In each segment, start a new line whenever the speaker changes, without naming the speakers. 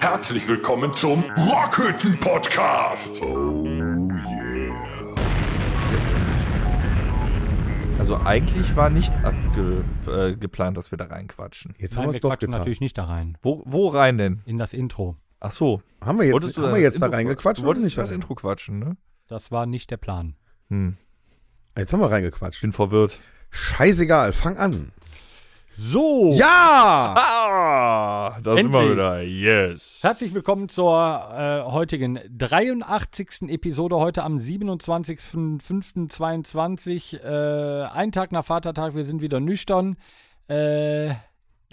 Herzlich willkommen zum Rockhütten Podcast. Oh yeah.
Also eigentlich war nicht abge äh, geplant, dass wir da reinquatschen.
Jetzt
Nein,
haben wir
wir
es doch
quatschen
getan.
natürlich nicht da rein.
Wo, wo rein denn?
In das Intro.
Ach so.
Haben wir jetzt, haben wir
das
jetzt da
Intro-
reingequatscht?
Du wolltest
oder
nicht das
rein?
Intro quatschen, ne?
Das war nicht der Plan.
Hm,
Jetzt haben wir
ich
reingequatscht.
bin verwirrt.
Scheißegal, fang an.
Oh.
So!
Ja!
Ah, da sind wir
Endlich.
wieder. Yes.
Herzlich willkommen zur äh, heutigen 83. Episode, heute am 27.05.22. Äh, ein Tag nach Vatertag, wir sind wieder nüchtern. Äh,
ja,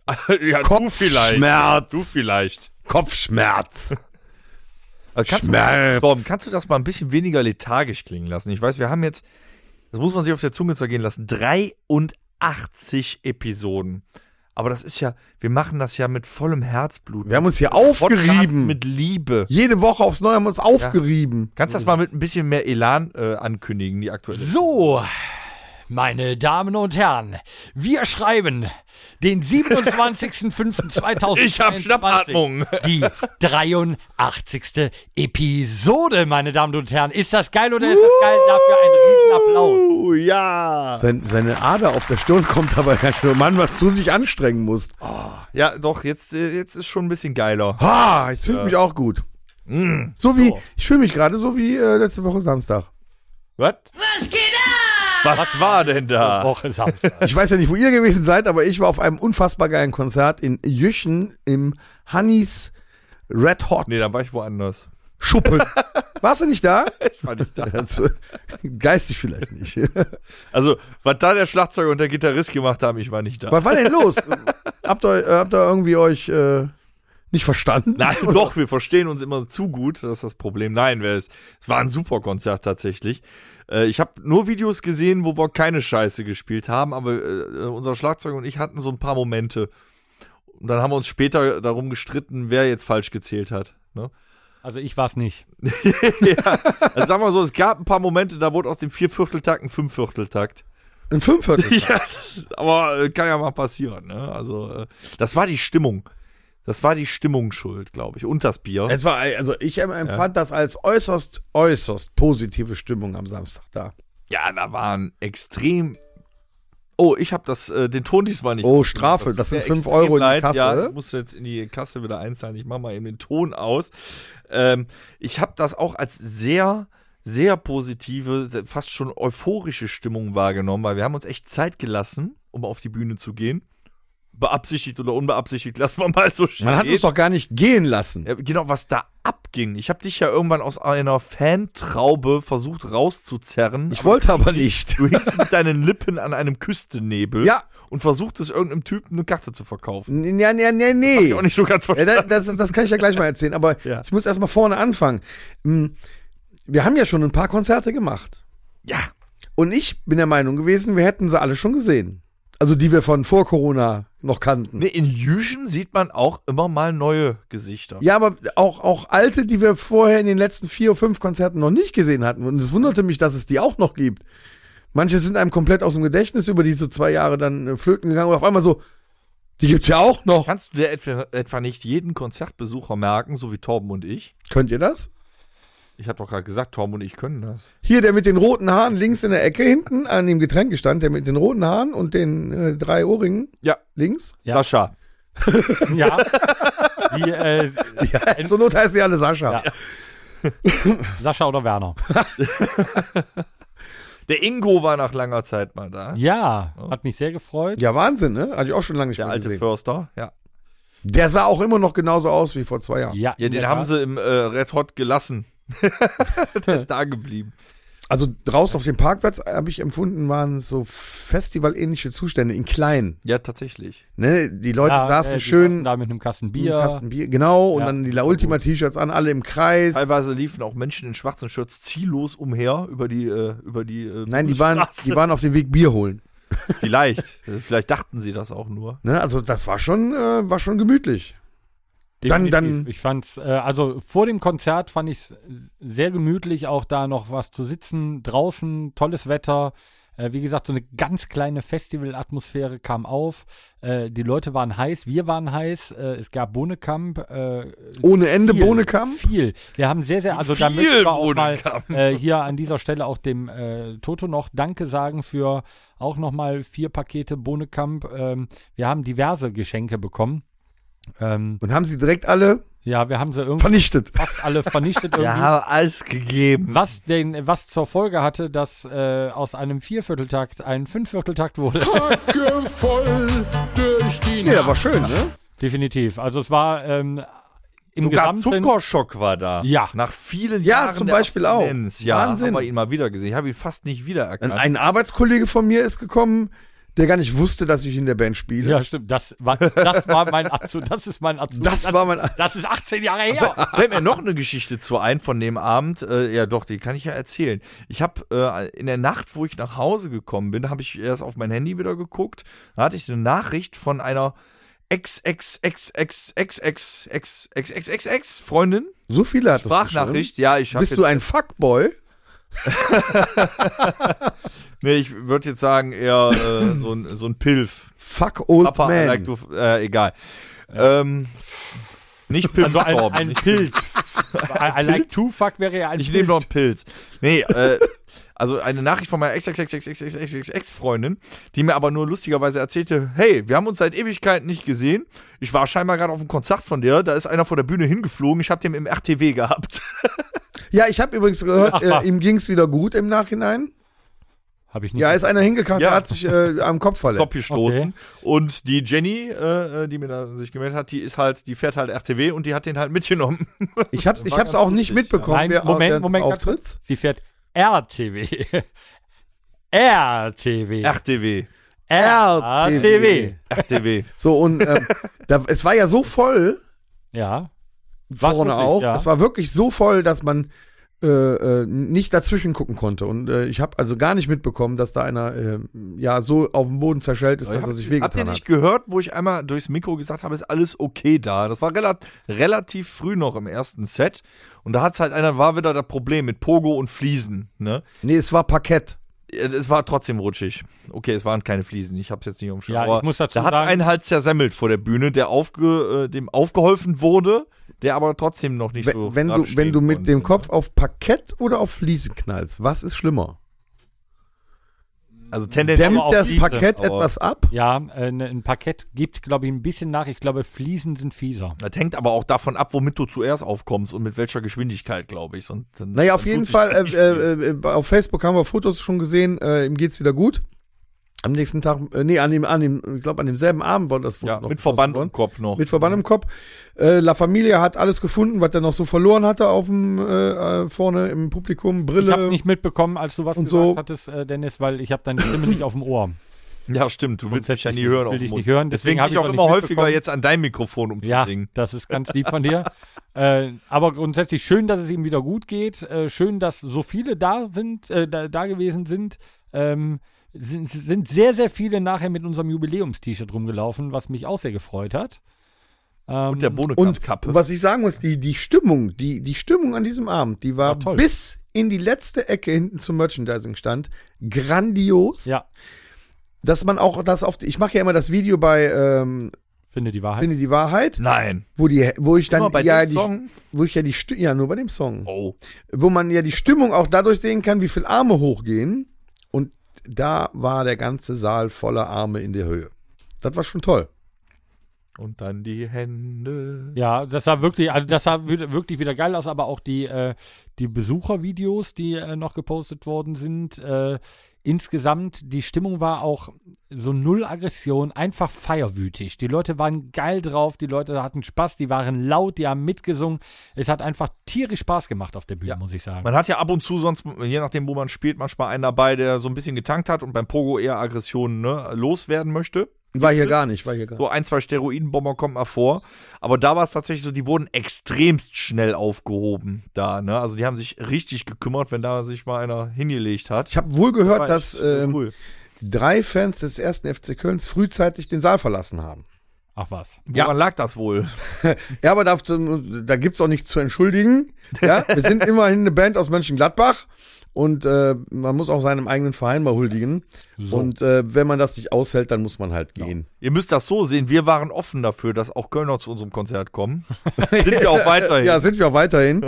du vielleicht.
Kopfschmerz.
Du vielleicht.
Kopfschmerz.
Äh, Kannst du,
Schmerz.
Torben, kannst du das mal ein bisschen weniger lethargisch klingen lassen? Ich weiß, wir haben jetzt, das muss man sich auf der Zunge zergehen lassen, 83 Episoden. Aber das ist ja, wir machen das ja mit vollem Herzblut.
Wir haben uns hier
Podcast
aufgerieben.
mit Liebe.
Jede Woche aufs Neue haben wir uns aufgerieben.
Kannst das mal mit ein bisschen mehr Elan äh, ankündigen, die aktuelle?
so, meine Damen und Herren, wir schreiben den 27.05.2022.
hab Schnappatmung.
Die 83. Episode, meine Damen und Herren. Ist das geil oder ist das geil? Dafür einen Riesenapplaus.
Oh ja.
Sein, seine Ader auf der Stirn kommt aber ganz schön. Mann, was du dich anstrengen musst.
Ja, doch, jetzt, äh, jetzt ist schon ein bisschen geiler.
Ha, ich fühle mich auch gut.
Mm.
So wie, ich fühle mich gerade so wie äh, letzte Woche Samstag.
Was? Was geht ab? Was war denn da?
Woche Samstag.
Ich weiß ja nicht, wo ihr gewesen seid, aber ich war auf einem unfassbar geilen Konzert in Jüchen im Hannis Red Hot
Nee, da war ich woanders.
Schuppen. Warst du nicht da?
Ich war nicht da.
Dazu- Geistig vielleicht nicht.
Also, was da der Schlagzeuger und der Gitarrist gemacht haben, ich war nicht da.
Was war denn los? Habt ihr, äh, habt ihr irgendwie euch äh, nicht verstanden?
Nein, doch, wir verstehen uns immer zu gut, das ist das Problem. Nein, wer ist, es war ein super Konzert tatsächlich. Äh, Ich habe nur Videos gesehen, wo wir keine Scheiße gespielt haben, aber äh, unser Schlagzeuger und ich hatten so ein paar Momente. Und dann haben wir uns später darum gestritten, wer jetzt falsch gezählt hat. Ne?
Also ich war's nicht.
ja, also sagen wir so, es gab ein paar Momente, da wurde aus dem Viervierteltakt ein Fünfvierteltakt.
Ein Fünfviertel.
Ja, das- aber äh, kann ja mal passieren. Ne? Also, äh, das war die Stimmung. Das war die Stimmung schuld, glaube ich. Und das Bier.
Es war, also ich em- empfand das als äußerst, äußerst positive Stimmung am Samstag da.
Ja, da waren extrem. Oh, ich habe das äh, den Ton diesmal nicht.
Oh, Strafe, das
tut
sind
mir
5
extrem
Euro in die
leid. Ja,
Kasse.
ich muss jetzt in die Kasse wieder einzahlen. Ich mache mal eben den Ton aus. Ähm, ich habe das auch als sehr, sehr positive, se- fast schon euphorische Stimmung wahrgenommen, weil wir haben uns echt Zeit gelassen, um auf die Bühne zu gehen. Beabsichtigt oder unbeabsichtigt, lassen wir mal so stehen.
Man hat uns doch gar nicht gehen lassen.
Ja, genau, was da abging. Ich habe dich ja irgendwann aus einer Fantraube versucht rauszuzerren.
Ich wollte aber nicht.
Du hingst mit deinen Lippen an einem Küstennebel
Ja.
und versuchtest irgendeinem Typen eine Karte zu verkaufen.
Ja, ja, ja,
Ich
nee.
auch nicht so ganz
Ja,
verstanden.
da- das, das kann ich ja gleich mal erzählen, aber
Ja.
ich muss erst mal vorne anfangen. Hm, Wir haben ja schon ein paar Konzerte gemacht.
Ja,
Und ich bin der Meinung gewesen, wir hätten sie alle schon gesehen. Also die wir von vor Corona noch kannten.
nee, in Jüschen sieht man auch immer mal neue Gesichter.
Ja, aber auch, auch alte, die wir vorher in den letzten vier, fünf Konzerten noch nicht gesehen hatten. Und es wunderte mich, dass es die auch noch gibt. Manche sind einem komplett aus dem Gedächtnis über diese zwei Jahre dann äh, flöten gegangen und auf einmal so, die gibt's ja auch noch.
Kannst du dir etwa, etwa nicht jeden Konzertbesucher merken, so wie Torben und ich?
Könnt ihr das?
Ich habe doch gerade gesagt, Torben und ich können das.
Hier, der mit den roten Haaren links in der Ecke hinten an dem Getränk stand, der mit den roten Haaren und den äh, drei Ohrringen
Ja,
links.
Ja.
Sascha.
Ja. Die, äh,
Ja, zur Not heißen die alle Sascha.
Ja. Sascha oder Werner.
Der Ingo war nach langer Zeit mal da.
Ja, hat mich sehr gefreut.
Ja, Wahnsinn, ne? Hatte ich auch schon lange nicht
Der
mehr
alte
gesehen.
Förster, ja.
Der sah auch immer noch genauso aus wie vor zwei Jahren.
Ja,
in
den
der
haben
Tat.
sie im äh, Red Hot gelassen. der ist da geblieben.
Also draußen auf dem Parkplatz habe ich empfunden, waren so festivalähnliche Zustände in klein.
Ja, tatsächlich.
Ne? Die Leute
Ja,
saßen
äh, die saßen
schön
Da mit einem Kasten
im
Bier.
Kasten Bier, genau, und
Ja,
dann die La Ultima T-Shirts an, alle im Kreis.
Teilweise liefen auch Menschen in schwarzen Shirts ziellos umher über die äh, über die äh,
Nein, die waren,
Straße.
die waren auf dem Weg Bier holen.
vielleicht Äh, vielleicht dachten sie das auch nur.
Ne? Also das war schon, äh, war schon gemütlich.
Definitiv.
Dann- dann-
Ich fand's, äh, also vor dem Konzert fand ich's sehr gemütlich, auch da noch was zu sitzen, draußen, tolles Wetter. Äh, Äh, wie gesagt, so eine ganz kleine Festivalatmosphäre kam auf. Äh, die Leute waren heiß, wir waren heiß. Äh, es gab Bohnekamp. Äh,
Ohne Ende
viel,
Bohnekamp?
Viel. Wir haben sehr, sehr, also da
Viel
möchten wir auch mal
Bohnekamp.
äh, hier an dieser Stelle auch dem äh, Toto noch Danke sagen für auch nochmal vier Pakete Bohnekamp. Ähm, wir haben diverse Geschenke bekommen. Ähm,
Und haben sie direkt alle
ja, wir haben sie irgendwie
vernichtet.
fast alle vernichtet irgendwie.
alles gegeben.
Was denn, was zur Folge hatte, dass äh, aus einem Viervierteltakt ein Fünfvierteltakt wurde.
Hacke voll durch die
Nee,
Nacht.
aber schön, ne?
Definitiv. Also es war ähm, im
Sogar
Gesamten.
Zuckerschock war da.
Ja.
Nach vielen
Ja,
Jahren
zum
der
Beispiel auch.
Abstinenz. Ja,
Wahnsinn.
haben wir ihn mal wieder gesehen. Ich habe ihn fast nicht
Ein,
wiedererkannt.
ein Arbeitskollege von mir ist gekommen, der gar nicht wusste, dass ich in der Band spiele.
Ja, stimmt. Das war, das war mein Abzug. Das ist mein Abzug.
Das war mein-
Das ist 18 Jahre her.
Fällt mir noch eine Geschichte zu ein von dem Abend. Äh, ja, doch, die kann ich ja erzählen. Ich habe äh, in der Nacht, wo ich nach Hause gekommen bin, habe ich erst auf mein Handy wieder geguckt. Da hatte ich eine Nachricht von einer ex ex ex ex ex ex ex ex ex ex ex Freundin.
So viele hat
Sprachnachricht. Ja, ich
Das
habe
Bist du ein Fuckboy?
Nee, ich würde jetzt sagen eher äh, so ein so ein Pilf.
Fuck Old
Papa, I
Man.
like to, f- äh, egal. Ähm, nicht Pilz.
Also ein,
Torben,
ein
nicht
Pilz. I, I like to fuck wäre ja ein
Ich
Pilz.
nehme noch einen Pilz. Nee, äh, also eine Nachricht von meiner ex ex ex ex ex ex ex ex ex Freundin, die mir aber nur lustigerweise erzählte, hey, wir haben uns seit Ewigkeiten nicht gesehen. Ich war scheinbar gerade auf einem Konzert von dir, da ist einer vor der Bühne hingeflogen, ich habe den im RTW gehabt.
Ja, ich habe übrigens gehört,
Ach, was?
äh, ihm ging's wieder gut im Nachhinein.
Hab ich nicht.
Ja, ist einer hingekackt,
Ja.
der hat sich äh, am Kopf verletzt.
Kopf gestoßen. Und die Jenny, äh, äh, die mir da sich gemeldet hat, die ist halt, die fährt halt RTW und die hat den halt mitgenommen.
Ich hab's, ich hab's auch nicht mitbekommen,
Nein,
wer
Moment,
während des
Moment. ganz
Auftritts.
kurz. Sie fährt RTW. RTW.
RTW.
RTW.
RTW.
So, und ähm, da, es war ja so voll,
Ja. War's
vorne
wirklich,
auch.
ja.
Es war wirklich so voll, dass man äh, äh, nicht dazwischen gucken konnte. Und äh, ich habe also gar nicht mitbekommen, dass da einer äh, ja so auf dem Boden zerschellt ist, dass er sich
Habt ihr
wehgetan hat.
nicht gehört, wo ich einmal durchs Mikro gesagt habe, ist alles okay da? Das war relat relativ früh noch im ersten Set. Und da hat's halt einer, war wieder das Problem mit Pogo und Fliesen. Ne? Äh,
Nee, es war Parkett.
Es war trotzdem rutschig. Okay, es waren keine Fliesen. Ich hab's jetzt nicht umschrieben.
Ja, ich muss dazu
da hat
sagen-
einen halt zersemmelt vor der Bühne, der aufge äh, dem aufgeholfen wurde, der aber trotzdem noch nicht
Wenn,
so
wenn,
gerade
du, wenn du
stehen
mit
konnte,
dem
ne?
Kopf auf Parkett oder auf Fliesen knallst, was ist schlimmer?
Also tendenziell
Dämmt
auf
das
Fliese,
Parkett
aber-
etwas ab?
Ja, äh, ne- ein Parkett gibt, glaube ich, ein bisschen nach. Ich glaube, Fliesen sind fieser.
Das hängt aber auch davon ab, womit du zuerst aufkommst und mit welcher Geschwindigkeit, glaube ich. Und dann-
Naja, auf
dann
jeden
tut sich
Fall, äh,
nicht viel.
äh, äh, auf Facebook haben wir Fotos schon gesehen, äh, ihm geht's wieder gut. Am nächsten Tag, äh, nee, an dem, an dem, ich glaube, an demselben Abend wurde das Foto
ja,
noch
mit
gepostet
Verband
worden.
im Kopf noch.
mit Verband im Kopf. Äh, La Familia hat alles gefunden, was er noch so verloren hatte auf dem äh, äh, vorne im Publikum,
Ich habe
Brille.
nicht mitbekommen, als du was
Und
gesagt
so.
hattest, äh, Dennis, weil ich habe deine Stimme nicht auf dem Ohr.
Ja, stimmt. Du willst dich
Grundsätzlich
ja nie
nicht.
hören.
Will
auf dem
ich
Mund.
nicht hören, deswegen
Deswegen
hab
habe ich
ich's
auch
auch
immer
nicht
häufiger
mitbekommen.
jetzt an dein Mikrofon, um
Ja,
zu singen.
das ist ganz lieb von dir. Äh, aber grundsätzlich schön, dass es ihm wieder gut geht. Äh, schön, dass so viele da sind, äh, da, da gewesen sind. Ähm, sind. Sind sehr, sehr viele nachher mit unserem Jubiläums-T-Shirt rumgelaufen, was mich auch sehr gefreut hat. Ähm,
Und der
Und
Bohnenkappe.
was ich sagen muss, die, die Stimmung, die, die Stimmung an diesem Abend, die war
War toll.
bis in die letzte Ecke hinten zum Merchandising-Stand grandios.
ja,
Dass man auch das auf, die- ich mache ja immer das Video bei ähm,
finde die Wahrheit.
Finde die Wahrheit,
Nein.
wo die, wo ich dann
Immer bei
ja
dem
die,
Song.
wo ich ja die, Sti- ja nur bei dem Song.
Oh.
wo man ja die Stimmung auch dadurch sehen kann, wie viel Arme hochgehen. Und da war der ganze Saal voller Arme in der Höhe. Das war schon toll.
Und dann die Hände.
Ja, das sah wirklich, also das sah wieder- wirklich wieder geil aus, aber auch die, äh, die Besuchervideos, die äh, noch gepostet worden sind. Äh, insgesamt, die Stimmung war auch so null Aggression, einfach feierwütig. Die Leute waren geil drauf, die Leute hatten Spaß, die waren laut, die haben mitgesungen. Es hat einfach tierisch Spaß gemacht auf der Bühne, muss ich sagen.
Man hat ja ab und zu sonst, je nachdem, wo man spielt, manchmal einen dabei, der so ein bisschen getankt hat und beim Pogo eher Aggressionen ne, loswerden möchte.
War hier gar nicht, war hier gar nicht.
So ein, zwei Steroidenbomber kommt mal vor. Aber da war es tatsächlich so, die wurden extremst schnell aufgehoben da. Ne? Also die haben sich richtig gekümmert, wenn da sich mal einer hingelegt hat.
Ich habe wohl gehört,
War
dass
echt, äh,
ähm,
cool.
drei Fans des ersten FC Kölns frühzeitig den Saal verlassen haben.
Ach was.
Woran
ja.
lag das wohl?
Ja, aber da, da gibt's auch nichts zu entschuldigen. Ja, wir sind immerhin eine Band aus Mönchengladbach Und äh, man muss auch seinem eigenen Verein mal huldigen.
So.
Und äh, wenn man das nicht aushält, dann muss man halt gehen.
Ihr müsst das so sehen, wir waren offen dafür, dass auch Kölner zu unserem Konzert kommen. Sind wir auch weiterhin.
Ja, sind wir auch weiterhin.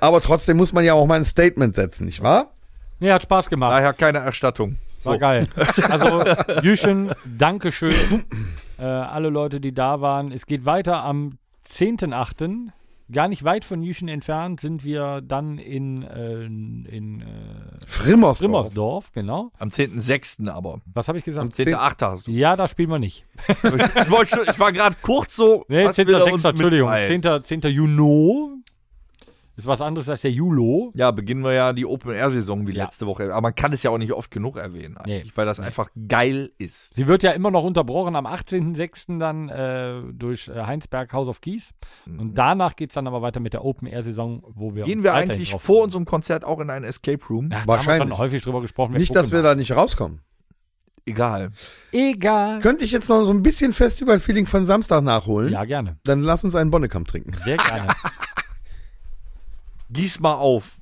Aber trotzdem muss man ja auch mal ein Statement setzen, nicht wahr?
Nee, hat Spaß gemacht.
Daher keine Erstattung.
War geil. Also, Jüschen, Dankeschön. Äh, alle Leute, die da waren. Es geht weiter am 10.8. Gar nicht weit von Jüschen entfernt sind wir dann in, äh, in äh,
Frimmers.
Rimmersdorf, genau.
Am 10.06. aber.
Was habe ich gesagt?
10.08. hast du.
Ja, da spielen wir nicht.
Ich, wollte schon, ich war gerade kurz so.
Nee,
was will er uns
10.6. Entschuldigung.
mitteilen?
10. 10. Juni. Ist was anderes als der Julo.
Ja, beginnen wir ja die Open-Air-Saison wie
Ja.
letzte Woche. Aber man kann es ja auch nicht oft genug erwähnen, eigentlich,
Nee.
weil das einfach geil ist.
Sie wird ja immer noch unterbrochen am 18.06. dann äh, durch äh, Heinsberg House of Kies. Und danach geht es dann aber weiter mit der Open-Air-Saison, wo wir
Mhm. Gehen
uns
wir
weiterhin
eigentlich
drauf
vor
freuen.
unserem Konzert auch in einen Escape Room?
Ach, Da haben wir
Wahrscheinlich.
schon häufig drüber gesprochen.
Nicht, dass wir da nicht rauskommen.
Egal.
Egal.
Könnte ich jetzt noch so ein bisschen Festival-Feeling von Samstag nachholen?
Ja, gerne.
Dann lass uns einen Bonnekamp trinken.
Sehr gerne.
Gieß mal auf.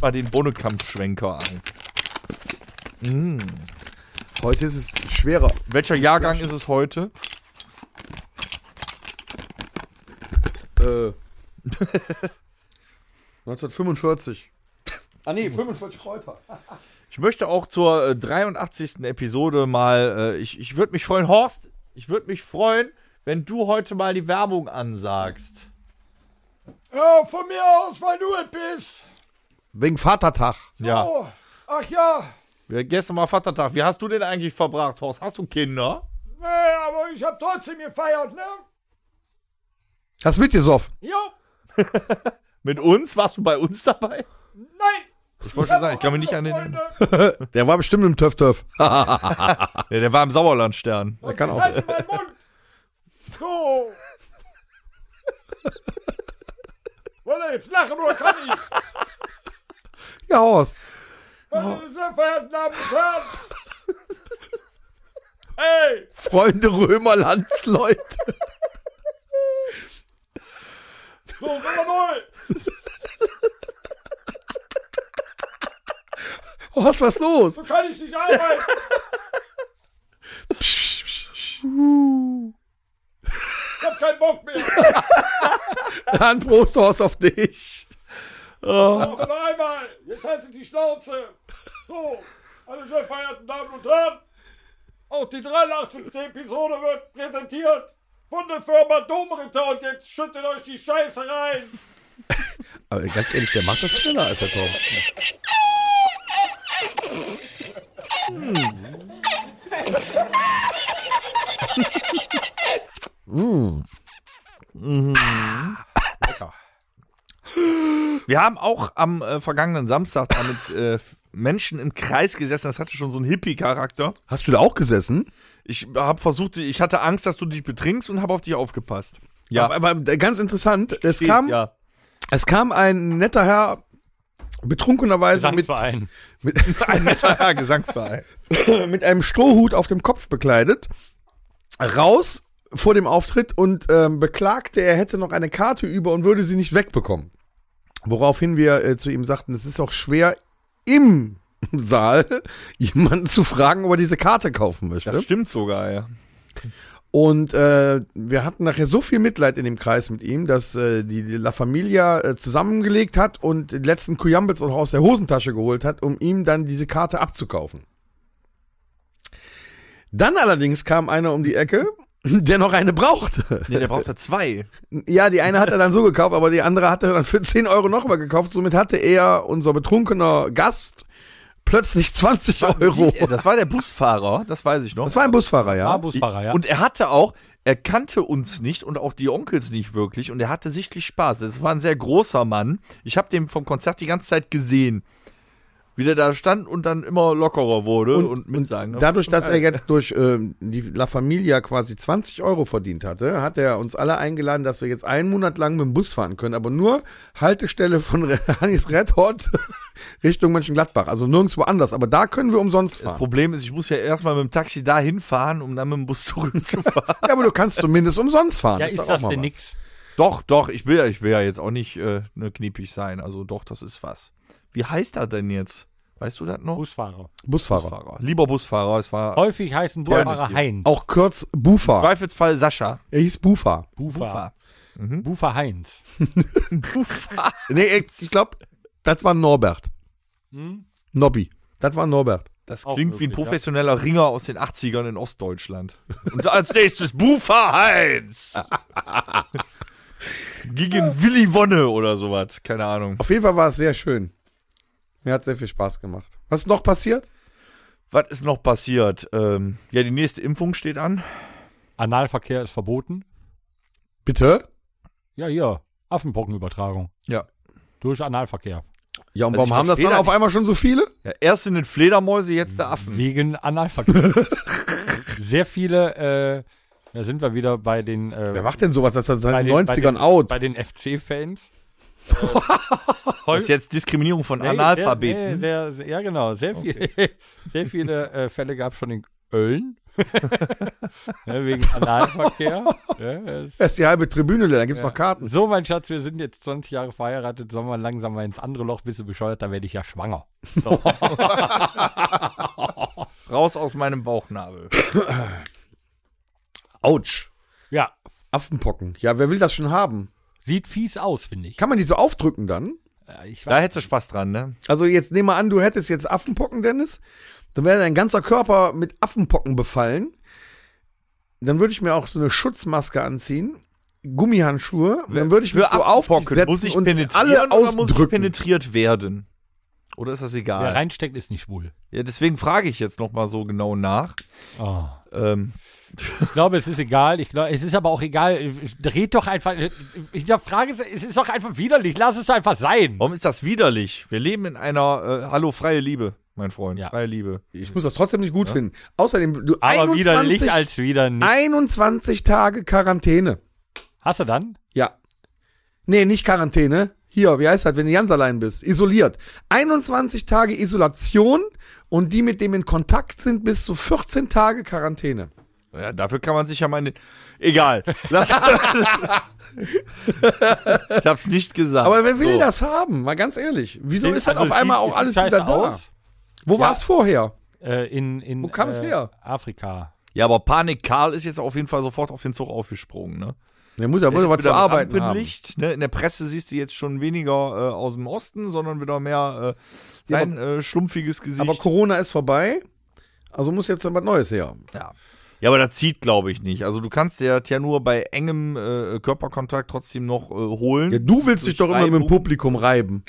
Mal den Bonnekamp-Schwenker an.
Heute ist es schwerer.
Welcher Jahrgang ist es heute?
Äh, 1945. Ah nee, 45 Kräuter.
Ich möchte auch zur äh, 83. Episode mal, äh, ich, ich würde mich freuen, Horst, ich würde mich freuen, wenn du heute mal die Werbung ansagst.
Ja, von mir aus, weil du es bist.
Wegen Vatertag.
Ja.
Oh, ach ja,
Wir gestern mal Vatertag. Wie hast du den eigentlich verbracht, Horst? Hast du Kinder?
nee, Äh, aber ich hab trotzdem gefeiert, ne?
Hast mitgesoffen?
Ja,
Mit uns? Warst du bei uns dabei?
nein.
Ich wollte schon sagen, ich kann mich nicht an den.
Freunde,
Der war bestimmt im Töff-Töff.
Ja, der war im Sauerlandstern.
Der kann auch.
halt in meinen Mund. So. Wollt ihr jetzt lachen oder kann ich?
Ja, Horst.
Oh.
Weil ihr sehr verehrten Damen und Herren. Hey,
Freunde Römerlandsleute.
so, Nummer neu.
Horst, was los?
So kann ich nicht arbeiten. Ich hab keinen Bock mehr.
Dann Prost, Horst, auf dich.
Aber noch einmal, jetzt haltet die Schnauze. So, alle sehr verehrten Damen und Herren, auch die 83. Episode wird präsentiert von der Firma Domritter und jetzt schüttet euch die Scheiße rein.
Aber ganz ehrlich, der macht das schneller als er kommt.
Wir haben auch am äh, vergangenen Samstag da mit äh, Menschen im Kreis gesessen. Das hatte schon so einen Hippie-Charakter.
Hast du da auch gesessen?
Ich habe versucht, ich hatte Angst, dass du dich betrinkst und habe auf dich aufgepasst. Ja.
Aber, aber äh, ganz interessant, es kam,
ja.
es kam ein netter Herr betrunkenerweise mit,
Verein.
mit,
Ein netter Herr, Gesangsverein.
mit einem Strohhut auf dem Kopf bekleidet raus vor dem Auftritt und ähm, beklagte, er hätte noch eine Karte über und würde sie nicht wegbekommen. Woraufhin wir äh, zu ihm sagten, es ist auch schwer im Saal jemanden zu fragen, ob er diese Karte kaufen möchte.
Das stimmt sogar, ja.
Und äh, wir hatten nachher so viel Mitleid in dem Kreis mit ihm, dass äh, die die La Familia äh, zusammengelegt hat und die letzten Kujambits auch aus der Hosentasche geholt hat, um ihm dann diese Karte abzukaufen. Dann allerdings kam einer um die Ecke, der noch eine brauchte.
Nee, der brauchte zwei.
Ja, die eine hat er dann so gekauft, aber die andere hat er dann für 10 Euro nochmal gekauft. Somit hatte er, unser betrunkener Gast, plötzlich 20 Euro.
Hieß er- Das war der Busfahrer, das weiß ich noch.
Das war ein Busfahrer, ja.
Ah, Busfahrer, ja.
Und er hatte auch, er kannte uns nicht und auch die Onkels nicht wirklich und er hatte sichtlich Spaß. Das war ein sehr großer Mann. Ich habe den vom Konzert die ganze Zeit gesehen, wie der da stand und dann immer lockerer wurde und,
Ne,
mitsagen.
Dadurch, dass er jetzt durch ähm, die La Familia quasi 20 Euro verdient hatte, hat er uns alle eingeladen, dass wir jetzt einen Monat lang mit dem Bus fahren können, aber nur Haltestelle von Hannis Red Hot Richtung Mönchengladbach, also nirgendwo anders. Aber da können wir umsonst
das
fahren.
Problem ist, ich muss ja erstmal mit dem Taxi dahin fahren, um dann mit dem Bus zurückzufahren.
Ja, aber du kannst zumindest umsonst fahren.
Ja, ist
doch auch
das
mal
denn
was.
nix?
Doch, doch, ich will ja, ich will ja jetzt auch nicht äh, ne, kniepig sein. Also doch, das ist was. Wie heißt er denn jetzt? Weißt du das noch?
Busfahrer.
Busfahrer.
Busfahrer. Lieber Busfahrer, es war
Häufig heißen Busfahrer
Ja.
Heinz.
Auch kurz Bufa.
Zweifelsfall Sascha.
Er hieß Bufa.
Bufa. Bufa hm? Heinz.
Bufa.
Nee, ich glaube, das war Norbert.
Hm?
Nobby. Das war Norbert.
Das
Auch
klingt wie ein
möglich, ja.
professioneller Ringer aus den 80ern in Ostdeutschland. Und als nächstes Bufa Heinz. Gegen Willi Wonne oder sowas. Keine Ahnung.
Auf jeden Fall war es sehr schön. Mir hat sehr viel Spaß gemacht. Was ist noch passiert?
Was ist noch passiert? Ähm, ja, die nächste Impfung steht an.
Analverkehr ist verboten.
Bitte?
Ja, hier. Affenpockenübertragung.
Ja.
Durch Analverkehr.
Ja, und
Also ich
warum haben das
verstehe
dann
da
auf einmal schon so viele?
ja erst sind es Fledermäuse, jetzt der
Hm.
Affen.
Wegen Analverkehr. Sehr viele, äh, da sind wir wieder bei den,
Wer
äh,
macht denn sowas? Das ist
bei
seit
den
den 90ern
bei den,
out.
Bei den FC-Fans.
Das ist jetzt Diskriminierung von
Nee,
Analphabeten.
sehr- nee, sehr, sehr, ja, genau. Sehr, viel, sehr viele äh, Fälle gab es schon in Ölln. ne, wegen Analverkehr. ja, das-
Erst die halbe Tribüne, leer, dann gibt's noch Karten.
so, mein Schatz, wir sind jetzt 20 Jahre verheiratet. Sollen wir langsam mal ins andere Loch? Bist du bescheuert? Da werde ich ja schwanger. So.
Raus aus meinem Bauchnabel.
Autsch.
ja,
Affenpocken. Ja, wer will das schon haben?
sieht fies aus, finde ich.
Kann man die so aufdrücken dann?
Äh, ich
Da
weiß,
hättest du Spaß dran, ne?
Also jetzt nehmen wir an, du hättest jetzt Affenpocken, Dennis. Dann wäre dein ganzer Körper mit Affenpocken befallen. Dann würde ich mir auch so eine Schutzmaske anziehen, Gummihandschuhe. Dann würde ich mich so auf dich
Affenpocken
setzen
muss ich
und
penetrieren
alle
oder muss ich
ausdrücken.
penetriert werden? Oder ist das
wer
egal?
reinsteckt, ist nicht schwul.
Ja, deswegen frage ich jetzt nochmal so genau nach.
Oh.
Ähm,
Ich glaube, es ist egal. Ich glaube, es ist aber auch egal. Dreht doch einfach. Ich frage es, es ist doch einfach widerlich. Lass es einfach sein.
warum ist das widerlich? Wir leben in einer, äh, hallo, freie Liebe, mein Freund,
Ja.
freie Liebe.
Ich muss das trotzdem nicht gut finden. Außerdem, du
Aber widerlich als wieder nicht.
21 Tage Quarantäne.
Hast du dann?
Ja. Nee, nicht Quarantäne. Hier, wie heißt das, wenn du ganz allein bist? Isoliert. 21 Tage Isolation und die, mit dem in Kontakt sind, bis zu 14 Tage Quarantäne.
Ja, dafür kann man sich ja mal in den. Egal. Lass- ich hab's nicht gesagt.
Aber wer will
So.
das haben? Mal ganz ehrlich. Wieso ist das
Also,
auf
es
einmal
sieht-
auch
es
alles
sieht
wieder
scheiße
da?
aus.
Wo war es vorher?
Äh, in, in,
Wo kam es
äh,
her?
Afrika.
Ja, aber Panik Karl ist jetzt auf jeden Fall sofort auf den Zug aufgesprungen, ne?
Der muss ja wohl was zu
wieder mit
arbeiten haben.
Rampenlicht, Ne? In der Presse siehst du jetzt schon weniger äh, aus dem Osten, sondern wieder mehr äh, sein äh, schlumpfiges Gesicht.
Aber Corona ist vorbei. Also muss jetzt was Neues her.
ja. ja, aber das zieht, glaube ich, nicht. Also du kannst dir das ja nur bei engem äh, Körperkontakt trotzdem noch äh, holen.
Ja, du willst dich doch immer mit dem
Reibung.
Publikum reiben.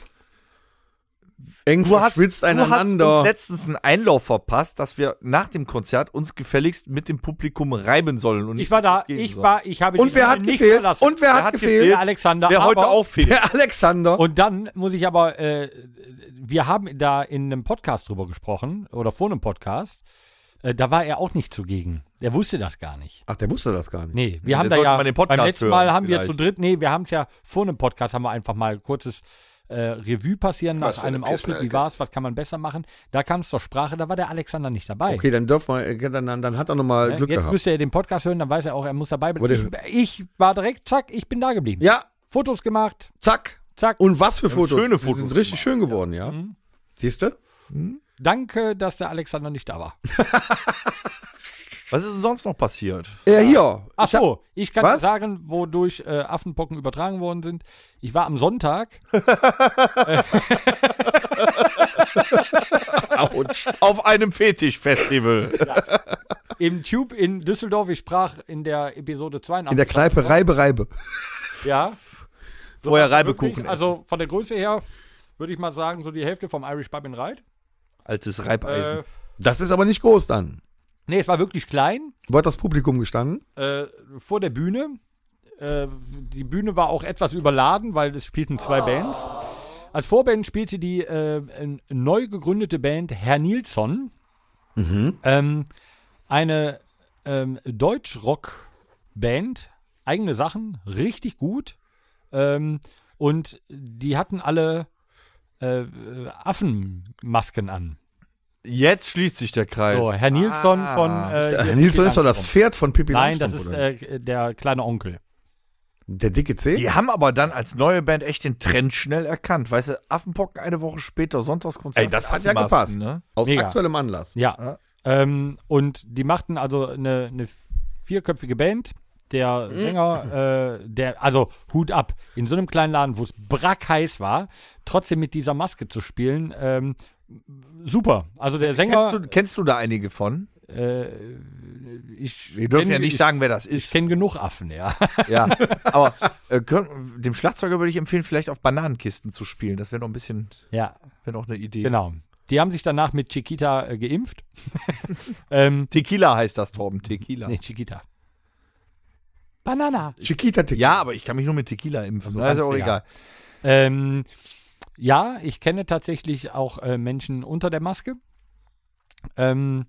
Eng du verschwitzt
Du hast
einander.
uns letztens einen Einlauf verpasst, dass wir nach dem Konzert uns gefälligst mit dem Publikum reiben sollen. Und
Ich war da.
gehen
Ich
sollen.
war. Ich habe
und
die
wer
Insel
hat
nicht
gefehlt?
verlassen.
Und wer hat gefehlt?
Der Alexander.
Wer heute
aber-
auch fehlt.
Der Alexander.
Und dann muss ich aber, äh, wir haben da in einem Podcast drüber gesprochen oder vor einem Podcast. Äh, da war er auch nicht zugegen. Er wusste das gar nicht.
Ach, der wusste das gar nicht.
Nee, wir haben da
sollte
ja
man den Podcast
beim letzten
hören,
Mal haben wir
vielleicht.
zu dritt, nee, wir haben es ja vor einem Podcast haben wir einfach mal kurzes äh, Revue passieren nach einem Auftritt, wie war's, was kann man besser machen? Da kam es zur Sprache, da war der Alexander nicht dabei.
Okay, dann dürfen wir, äh, dann, dann, dann hat er nochmal
Ja,
Glück
Jetzt
gehabt.
müsste er den Podcast hören, dann weiß er auch, er muss dabei
Aber
bleiben. Ich, ich war direkt, zack, ich bin da geblieben.
ja,
Fotos gemacht,
zack.
zack.
Und was für Fotos.
schöne
Die
Fotos
sind richtig schön geworden, ja.
Mhm.
Siehst du?
Danke, dass der Alexander nicht da war.
Was ist denn sonst noch passiert?
Äh, hier.
Ach
Ich hab-
so, ich kann
Was?
dir sagen, wodurch äh, Affenpocken übertragen worden sind. Ich war am Sonntag
Autsch.
Auf einem Fetischfestival.
im Tube in Düsseldorf. Ich sprach in der Episode 82.
In der Kneipe Reibe Reibe.
Ja,
Vorher Reibekuchen.
wirklich. Also von der Größe her würde ich mal sagen, so die Hälfte vom Irish Pub in Reit.
essen. Altes
Äh,
Reibeisen.
Das ist aber nicht groß dann.
nee, es war wirklich klein.
Wo hat das Publikum gestanden?
Äh, vor der Bühne. Äh, die Bühne war auch etwas überladen, weil es spielten zwei Bands. Als Vorband spielte die äh, n- neu gegründete Band Herr Nilsson. Ähm, eine ähm, Deutsch-Rock-Band, eigene Sachen, richtig gut. Ähm, und die hatten alle äh, äh, Affenmasken an.
Jetzt schließt sich der Kreis.
So, Herr Nilsson
Ah.
von. Äh,
Herr Nilsson ist doch das Pferd von Pippi
Nein, das äh,
Langstrumpf,
ist
oder?
äh, der kleine Onkel.
Der dicke C?
Die haben aber dann als neue Band echt den Trend schnell erkannt. Weißt du, Affenpocken eine Woche später, Sonntagskonzert.
Ey, das
mit
hat ja
Affenmasken,
gepasst.
Ne?
Aus
Mega.
aktuellem Anlass.
Ja. Ähm, und die machten also eine, eine vierköpfige Band. Der
Mhm.
Sänger, äh, der, also Hut ab, in so einem kleinen Laden, wo es brackheiß war, trotzdem mit dieser Maske zu spielen, ähm, super. Also der
Kennst,
Sänger,
du, kennst du da einige von?
äh, ich,
Wir dürfen
kenn-
ja nicht
ich,
sagen, wer das
Ich
ist.
kenne genug Affen, ja.
Ja. Aber äh, können, dem Schlagzeuger würde ich empfehlen, vielleicht auf Bananenkisten zu spielen. Das wäre noch ein bisschen,
ja,
wäre noch eine Idee.
genau. Die haben sich danach mit Chiquita äh, geimpft. ähm,
Tequila heißt das, Torben. Tequila.
nee, Chiquita. Banana.
Chiquita Tick.
Ja, aber ich kann mich nur mit Tequila impfen.
Also
Na, ist ja
ganz
auch
legal.
egal.
Ähm, ja, ich kenne tatsächlich auch äh, Menschen unter der Maske. Ähm,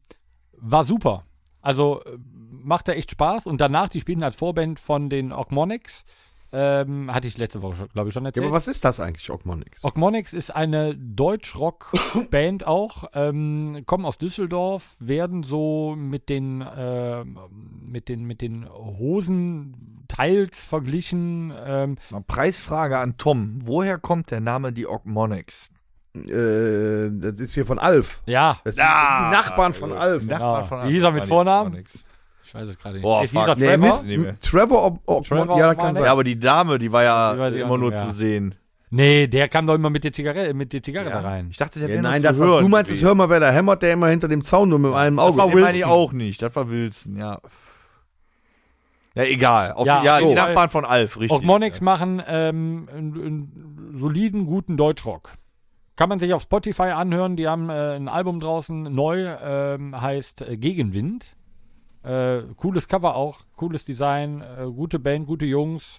war super. Also äh, macht da echt Spaß. Und danach, die spielten als Vorband von den Ogmonics. Ähm, hatte ich letzte Woche, glaube ich, schon
Ja,
erzählt.
aber was ist das eigentlich, Ogmonix?
Ogmonics ist eine Deutschrock-Band auch, ähm, kommen aus Düsseldorf, werden so mit den, ähm, mit den, mit den Hosen teils verglichen. Ähm,
Mal Preisfrage an Tom. Woher kommt der Name die Ogmonics?
Äh, das ist hier von Alf.
ja,
Das sind
Ah.
die Nachbarn von Alf.
Nachbar von Genau. Wie hieß er mit Vornamen? ich weiß es gerade nicht.
Boah,
Ist
fuck.
dieser
Nee,
Trevor?
Mist,
Nee, mehr.
Trevor, Ob Ogmon-
Trevor
ja, das kann
Ogmonic?
Ja,
sein.
aber die Dame, die war ja
Die weiß ich auch
immer nur
nicht, ja.
zu sehen.
Nee, der kam doch immer mit der Zigarette, mit der Zigarre
Ja.
da rein.
Ich dachte, der
Ja,
wäre
nein,
nur
das,
zu
was
hören
du meinst, ist
gewesen.
Hör mal, wer da hämmert, der immer hinter dem Zaun nur mit einem
Das
Auge.
war
Den
Wilson.
meine
ich
ich
auch nicht. Das war Wilson, ja. Ja, egal. Auf, ja,
Ja,
die
so.
Nachbarn von Alf, richtig.
Auch Monix machen ähm, einen, einen soliden, guten Deutschrock. Kann man sich auf Spotify anhören. Die haben äh, ein Album draußen, neu, ähm, heißt äh, Gegenwind. Äh, cooles Cover auch, cooles Design, äh, gute Band, gute Jungs.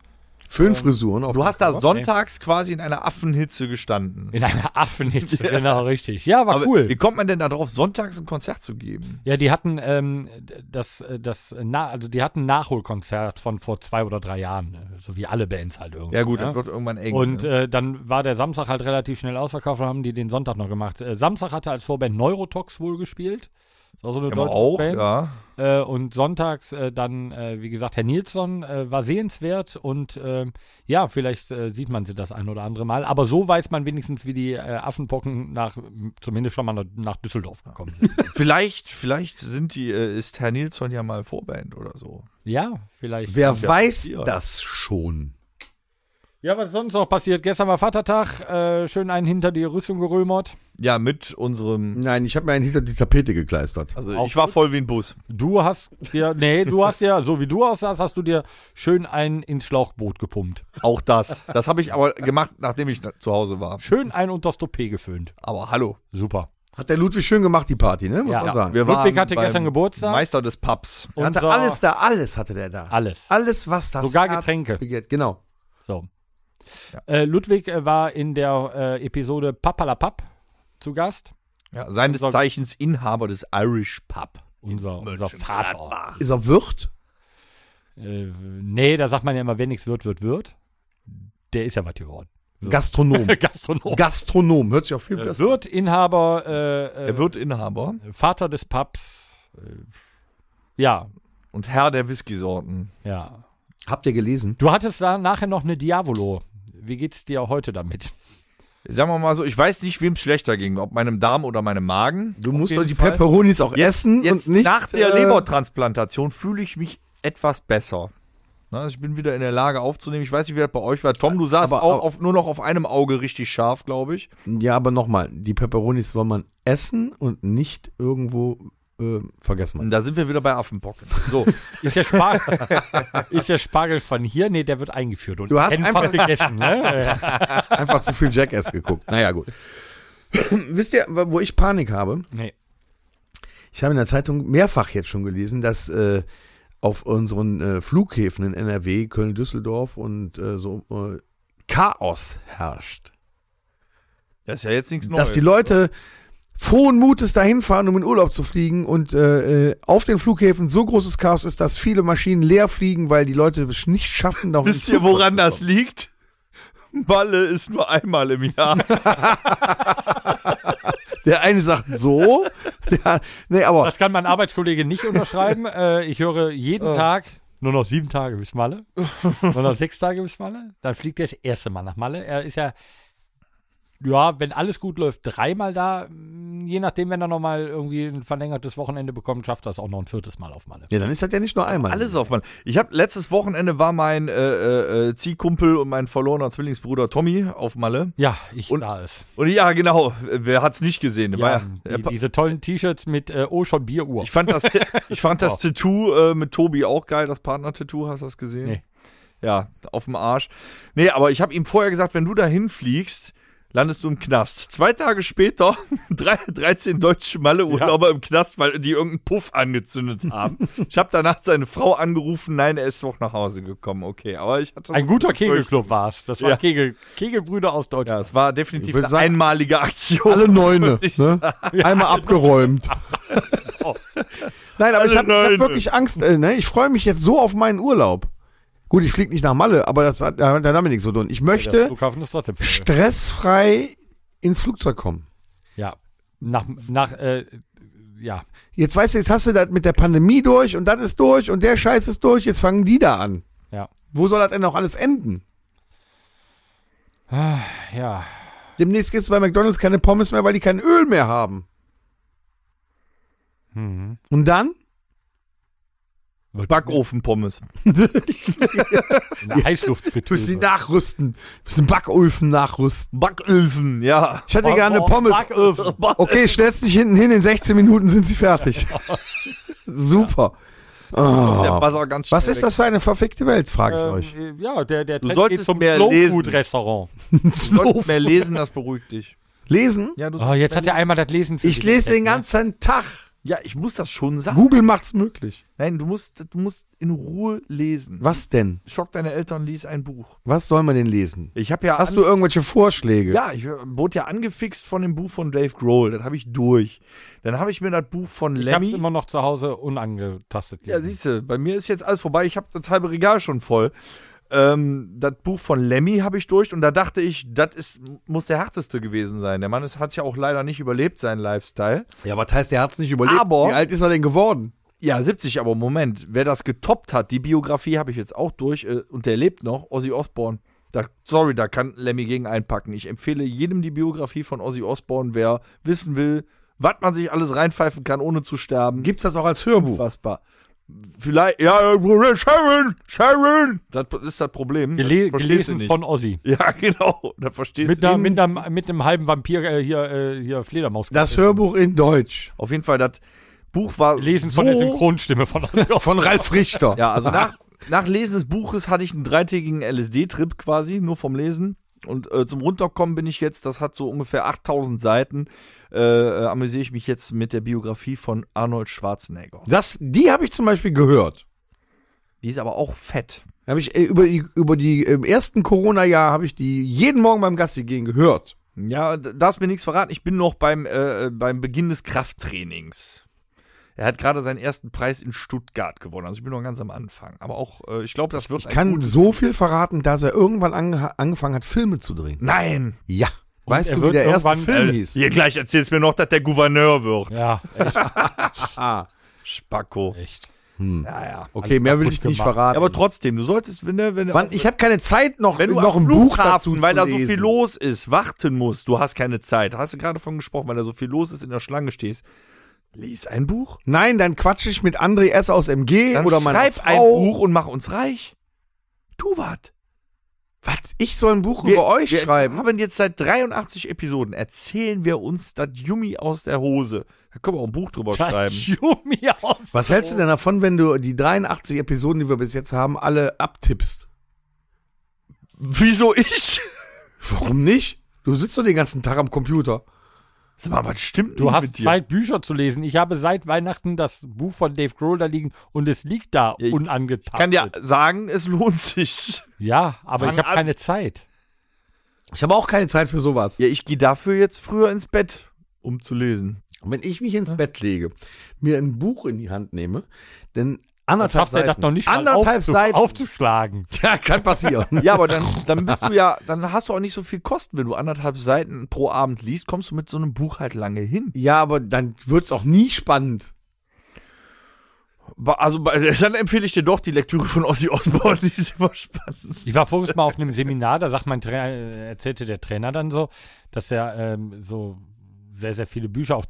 Föhnfrisuren auf
Du hast da
Cover.
sonntags quasi in einer Affenhitze gestanden.
In einer Affenhitze, genau, richtig. Ja, war
Aber
cool.
Wie kommt man denn da drauf, sonntags ein Konzert zu geben?
Ja, die hatten ähm, d- das, äh, das, äh, na, also die hatten ein Nachholkonzert von vor zwei oder drei Jahren, äh, so wie alle Bands halt irgendwie.
Ja, gut,
ne?
dann wird irgendwann eng.
Und
ne?
äh, dann war der Samstag halt relativ schnell ausverkauft und haben die den Sonntag noch gemacht. Äh, Samstag hatte als Vorband Neurotox wohl gespielt. Das war so eine
Ja, aber
deutsche
auch,
Band.
ja.
Äh, und sonntags äh, dann, äh, wie gesagt, Herr Nilsson äh, war sehenswert und ähm, ja, vielleicht äh, sieht man sie das ein oder andere Mal. Aber so weiß man wenigstens, wie die äh, Affenpocken nach, zumindest schon mal nach- nach Düsseldorf gekommen sind.
Vielleicht, vielleicht sind die, äh, ist Herr Nilsson ja mal Vorband oder so.
ja, vielleicht.
Wer weiß
ja.
das schon?
Ja, was ist sonst noch passiert? Gestern war Vatertag, äh, schön einen hinter die Rüstung gerömert.
Ja, mit unserem.
Nein, ich habe mir einen hinter die Tapete gekleistert.
Also
Auch
ich war
gut.
voll wie ein Bus.
Du hast dir, nee, du hast ja, so wie du aussahst, hast du dir schön einen ins Schlauchboot gepumpt.
Auch das. Das habe ich aber gemacht, nachdem ich na- zu Hause war.
Schön einen unters Toupet geföhnt.
Aber hallo.
Super.
Hat der Ludwig schön gemacht, die Party, ne? Muss
Ja.
man sagen.
Wir
Ludwig
waren
hatte
beim
gestern Geburtstag.
Meister des Pubs.
Er hatte
Unser-
alles da, alles hatte der da.
Alles.
Alles, was das
Sogar
Herz
Getränke.
Begehrt. Genau.
So. Äh, Ludwig äh, war in der äh, Episode Papalapap zu Gast.
Ja, seines
Unser-
Zeichens Inhaber des Irish Pub.
Unser, unser Vater.
Mönchengladbach.
Ist er Wirt?
Äh, nee, da sagt man ja immer, wenn nichts wird, wird, wird. Der ist ja was geworden.
Gastronom.
Genau.
Gastronom.
Gastronom. Hört sich auch viel
Äh,
besser
Wirt, Inhaber, äh,
Er
äh,
wird Inhaber
Vater des Pubs. Äh, ja,
und Herr der Whiskysorten.
ja.
Habt ihr gelesen?
Du hattest da nachher noch eine Diavolo. Wie geht's dir heute damit?
Sagen wir mal so, ich weiß nicht, wem es schlechter ging, ob meinem Darm oder meinem Magen.
Du
Auf
musst
jeden
doch die
Fall.
Peperonis auch essen
Jetzt
und nicht.
nach der
äh,
Lebertransplantation fühle ich mich etwas besser. Na, also ich bin wieder in der Lage aufzunehmen. Ich weiß nicht, wie das bei euch war. Tom, du saßt
Äh, Aber-
auch
aber-
auf, nur noch auf einem Auge richtig scharf, glaube ich.
äh, Ja, aber nochmal, die Peperonis soll man essen und nicht irgendwo äh, vergessen.
Und
Man.
da sind wir wieder bei Affenpocken. So,
Ist der, Spargel, ist der Spargel von hier? Nee, der wird eingeführt. Und
Du hast
werden
einfach-
fast gegessen, ne?
Einfach zu viel Jackass geguckt. Naja, gut. Wisst ihr, wo ich Panik habe?
nee.
Ich habe in der Zeitung mehrfach jetzt schon gelesen, dass äh, auf unseren äh, Flughäfen in NRW, Köln, Düsseldorf und äh, so äh, Chaos herrscht.
das ist ja jetzt nichts Neues.
Dass die Leute frohen Mutes dahin fahren, um in Urlaub zu fliegen und äh, äh, auf den Flughäfen so großes Chaos ist, dass viele Maschinen leer fliegen, weil die Leute es nicht schaffen, noch in den
Wisst ihr,
Flugplatz
woran
zu
das
kommen.
liegt? Malle ist nur einmal im Jahr.
Der eine sagt so, der, nee, aber
Das kann mein Arbeitskollege nicht unterschreiben. Äh, ich höre jeden Tag, Nur noch sieben Tage bis Malle. Nur noch sechs Tage bis Malle. Dann fliegt er das erste Mal nach Malle. Er ist ja, ja, wenn alles gut läuft, dreimal da. Hm, Je nachdem, wenn er nochmal irgendwie ein verlängertes Wochenende bekommt, schafft er es auch noch ein viertes Mal auf Malle.
Ja, dann ist das ja nicht nur einmal.
Alles auf Mann. Ich habe letztes Wochenende war mein äh, äh, äh, Ziehkumpel und mein verlorener Zwillingsbruder Tommy auf Malle.
Ja, ich
Und-
sah es.
Und ja, genau, wer hat's nicht gesehen? Der
Ja,
war ja,
die, diese tollen T-Shirts mit äh, Oh, schon Bieruhr.
Ich fand das, ich fand das Tattoo äh, mit Tobi auch geil, das Partner-Tattoo, hast du das gesehen?
Nee.
Ja, auf dem Arsch. Nee, aber ich habe ihm vorher gesagt, wenn du dahin fliegst, landest du im Knast. Zwei Tage später, drei, 13 deutsche Malle-Urlauber im Knast, weil die irgendeinen Puff angezündet haben. ich habe danach seine Frau angerufen, nein, er ist doch nach Hause gekommen. Okay, aber ich hatte...
Ein guter
Kegelclub.
Kegelclub war es. Das waren
Ja.
Kegel, Kegelbrüder aus
Ja,
Deutschland.
es war definitiv
Ich würd
eine
sagen-
einmalige Aktion.
Alle Neune. Ne? Einmal abgeräumt. Nein, aber ich habe
Neune.
hab wirklich Angst. Äh, ne? Ich freue mich jetzt so auf meinen Urlaub. Gut, ich fliege nicht nach Malle, aber das hat, da hat der Name nichts so tun. Ich
Der
möchte
Flughafen ist trotzdem voll.
stressfrei ins Flugzeug kommen.
Ja. Nach, nach, äh, ja.
Jetzt weißt du, jetzt hast du das mit der Pandemie durch und das ist durch und der Scheiß ist durch. Jetzt fangen die da an.
Ja.
Wo soll das denn noch alles enden?
Ja.
Demnächst gibt's bei McDonalds keine Pommes mehr, weil die kein Öl mehr haben. Und dann?
Backofen-Pommes.
Eine
Müssen die
Heißluftfritteuse.
nachrüsten. Müssen Backöfen nachrüsten.
Backöfen, ja.
Ich hätte
Oh,
gerne eine Pommes.
Backöfen.
Okay, stell's dich hinten hin, in 16 Minuten sind sie fertig. Super.
Der
Oh.
Buzzer ganz
Was
schnell
ist
weg.
das für eine verfickte Welt,
Oh,
frage ich
Ähm, ja, der, der
Du
Trend
solltest
geht zum
mehr
Slow-Food-Restaurant.
euch.
Du
Slow.
solltest mehr lesen, das beruhigt dich.
Lesen?
Ja, du
Oh, jetzt hat er einmal das Lesen. für
Ich
sich
lese den
entdeckt,
ganzen Tag.
ja, ich muss das schon sagen.
Google macht's möglich.
Nein, du musst, du musst in Ruhe lesen.
Was denn?
Schock deine Eltern, lies ein Buch.
Was soll man denn lesen?
Ich habe ja.
Hast du irgendwelche Vorschläge?
Ja, ich äh, wurde ja angefixt von dem Buch von Dave Grohl. Das habe ich durch. Dann habe ich mir das Buch von
Ne? Ich hab's
Lemmy.
immer noch zu Hause unangetastet.
Ja,
liegen.
siehst du, bei mir ist jetzt alles vorbei. Ich habe das halbe Regal schon voll. Ähm, das Buch von Lemmy habe ich durch und da dachte ich, das ist- muss der härteste gewesen sein. Der Mann hat es ja auch leider nicht überlebt, seinen Lifestyle.
Ja, was heißt, der hat's nicht überlebt?
Aber-
Wie alt ist er denn geworden?
Ja, 70, aber Moment, wer das getoppt hat, die Biografie habe ich jetzt auch durch äh, und der lebt noch, Ozzy Osbourne. Da, sorry, da kann Lemmy gegen einpacken. Ich empfehle jedem die Biografie von Ozzy Osbourne, wer wissen will, was man sich alles reinpfeifen kann, ohne zu sterben.
Gibt's das auch als Hörbuch?
Unfassbar. Vielleicht, ja, äh, Sharon, Sharon! Das ist das Problem.
Gele
Das verstehst du
gelesen
nicht.
von Ossi.
Ja, genau. Da verstehst
Mit,
du.
einer, mit, einer, mit einem halben Vampir äh, hier, äh, hier Fledermaus.
Das Hörbuch in Deutsch.
Auf jeden Fall, das Buch war.
Lesen
so
von der Synchronstimme von Ossi.
Von Ralf Richter.
Ja, also nach, nach Lesen des Buches hatte ich einen dreitägigen LSD-Trip quasi, nur vom Lesen. Und äh, zum Runterkommen bin ich jetzt, das hat so ungefähr 8000 Seiten, äh, äh, amüsiere ich mich jetzt mit der Biografie von Arnold Schwarzenegger.
Das, die habe ich zum Beispiel gehört.
Die ist aber auch fett.
Habe ich äh, über die, über die im ersten Corona-Jahr habe ich die jeden Morgen beim Gassi gehen gehört.
Ja, d- darfst mir nichts verraten. Ich bin noch beim, äh, beim Beginn des Krafttrainings. Er hat gerade seinen ersten Preis in Stuttgart gewonnen. Also ich bin noch ganz am Anfang. Aber auch, äh, ich glaube, das wird
Ich kann so viel verraten, dass er irgendwann angeha- angefangen hat, Filme zu drehen.
Nein!
Ja. weißt
er
du, wie
wird
der erste
irgendwann-
Film
Äh,
hieß?
Hier gleich erzählst du mir noch, dass der Gouverneur wird.
Ja, echt.
Ah,
Spacko.
echt.
Naja.
okay, mehr will ich
kaputt
nicht
gemacht.
verraten.
Aber trotzdem, du solltest, wenn du, wenn, du-
Mann, ich habe keine Zeit noch,
wenn du
noch
am
ein Buch dazu
Flughafen,
zu
weil da so
lesen.
viel los ist, warten musst, du hast keine Zeit. Hast du gerade von gesprochen, weil da so viel los ist, in der Schlange stehst. Lies ein Buch.
Nein, dann quatsche ich mit André S. aus MG
Dann
oder meiner
schreib ein
Frau.
Buch und mach uns reich. Tu was.
Was? Ich soll ein Buch über euch
wir
schreiben?
haben jetzt seit 83 Episoden. Erzählen wir uns das Yumi aus der Hose. Da können wir auch ein Buch drüber schreiben.
Jumi aus.
Was hältst du denn davon, wenn du die 83 Episoden, die wir bis jetzt haben, alle abtippst?
Wieso ich?
Warum nicht? Du sitzt doch den ganzen Tag am Computer.
Sag mal, was stimmt
Du
nicht mit
hast
dir?
Zeit, Bücher zu lesen. Ich habe seit Weihnachten das Buch von Dave Grohl da liegen und es liegt da
Ja, ich
unangetastet.
Kann dir sagen, es lohnt sich.
ja, aber
Fang
ich habe
an.
keine Zeit.
Ich habe auch keine Zeit für sowas.
Ja, ich gehe dafür jetzt früher ins Bett, um zu lesen.
Und Wenn ich mich ins Bett lege, mir ein Buch in die Hand nehme, dann anderthalb
Schafft er
Seiten.
das noch nicht mal
anderthalb
aufzu
Seiten.
aufzuschlagen?
Ja, kann passieren.
Ja, aber dann, dann bist du ja, dann hast du auch nicht so viel Kosten. Wenn du anderthalb Seiten pro Abend liest, kommst du mit so einem Buch halt lange hin.
ja, aber dann wird's auch nie spannend.
Ba- Also, bei- dann empfehle ich dir doch die Lektüre von Ozzy Osbourne, die ist immer spannend.
Ich war voriges Mal auf einem Seminar, da sagt mein Trainer, äh, erzählte der Trainer dann so, dass er ähm, so sehr, sehr viele Bücher auch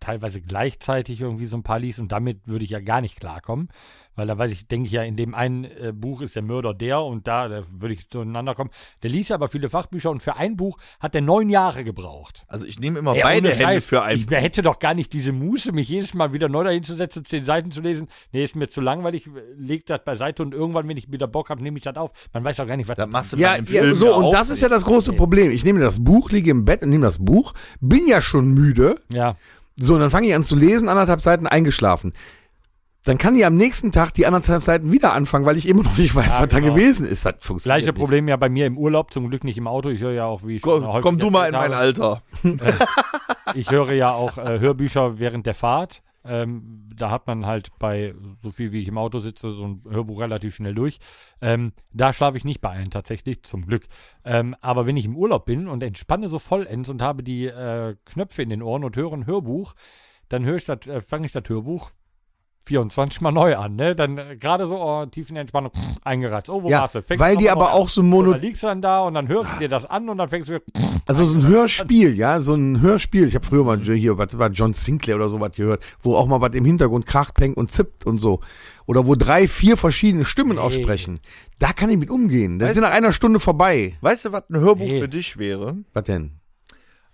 teilweise gleichzeitig irgendwie so ein paar liest und damit würde ich ja gar nicht klarkommen, weil da weiß ich, denke ich ja, in dem einen äh, Buch ist der Mörder der und da, da würde ich zueinander kommen. Der liest aber viele Fachbücher und für ein Buch hat er neun Jahre gebraucht.
Also, ich nehme immer
Ey,
beide
ohne
Hände
Scheiß,
für ein
Ich wer hätte doch gar nicht diese Muße, mich jedes Mal wieder neu dahin zu setzen, zehn Seiten zu lesen. Nee, ist mir zu langweilig, äh, leg das beiseite und irgendwann, wenn ich wieder Bock habe, nehme ich das auf. Man weiß auch gar nicht, was
Das machst du
Ja,
bei einem
ja
Film
so, und
auch
das ist ja
nicht.
das große Problem. Ich nehme das Buch, liege im Bett und nehme das Buch, bin ja schon müde,
Ja,
so, und dann fange ich an zu lesen, anderthalb Seiten eingeschlafen. Dann kann ich am nächsten Tag die anderthalb Seiten wieder anfangen, weil ich immer noch nicht weiß,
Ja,
was da
genau.
gewesen ist. Das funktioniert
gleiche
nicht.
Problem ja bei mir im Urlaub, zum Glück nicht im Auto. Ich höre ja auch, wie ich schon
Komm,
häufig
komm du mal in mein
erzählt habe,
Alter.
Ich höre ja auch äh, Hörbücher während der Fahrt. Ähm, da hat man halt bei so viel wie ich im Auto sitze, so ein Hörbuch relativ schnell durch. Ähm, da schlafe ich nicht bei allen tatsächlich, zum Glück. Ähm, aber wenn ich im Urlaub bin und entspanne so vollends und habe die äh, Knöpfe in den Ohren und höre ein Hörbuch, dann höre ich das, äh, fange ich das Hörbuch 24 mal neu an, ne? Dann äh, gerade so oh, Tiefenentspannung eingeratzt. Oh, wo
Ja,
warst du? Fängst
weil
noch
die
mal neu
aber
an.
auch so
Und
mono,
dann liegst du dann da und dann hörst du dir das an und dann fängst du
Also so ein Hörspiel, ja, so ein Hörspiel. Ich habe früher mal hier, was war John Sinclair oder sowas gehört, wo auch mal was im Hintergrund kracht, pengt und zippt und so. Oder wo drei, vier verschiedene Stimmen auch sprechen. Da kann ich mit umgehen. Das ist ja nach einer Stunde vorbei.
Weißt du, was ein Hörbuch
Nee.
für dich wäre?
Was denn?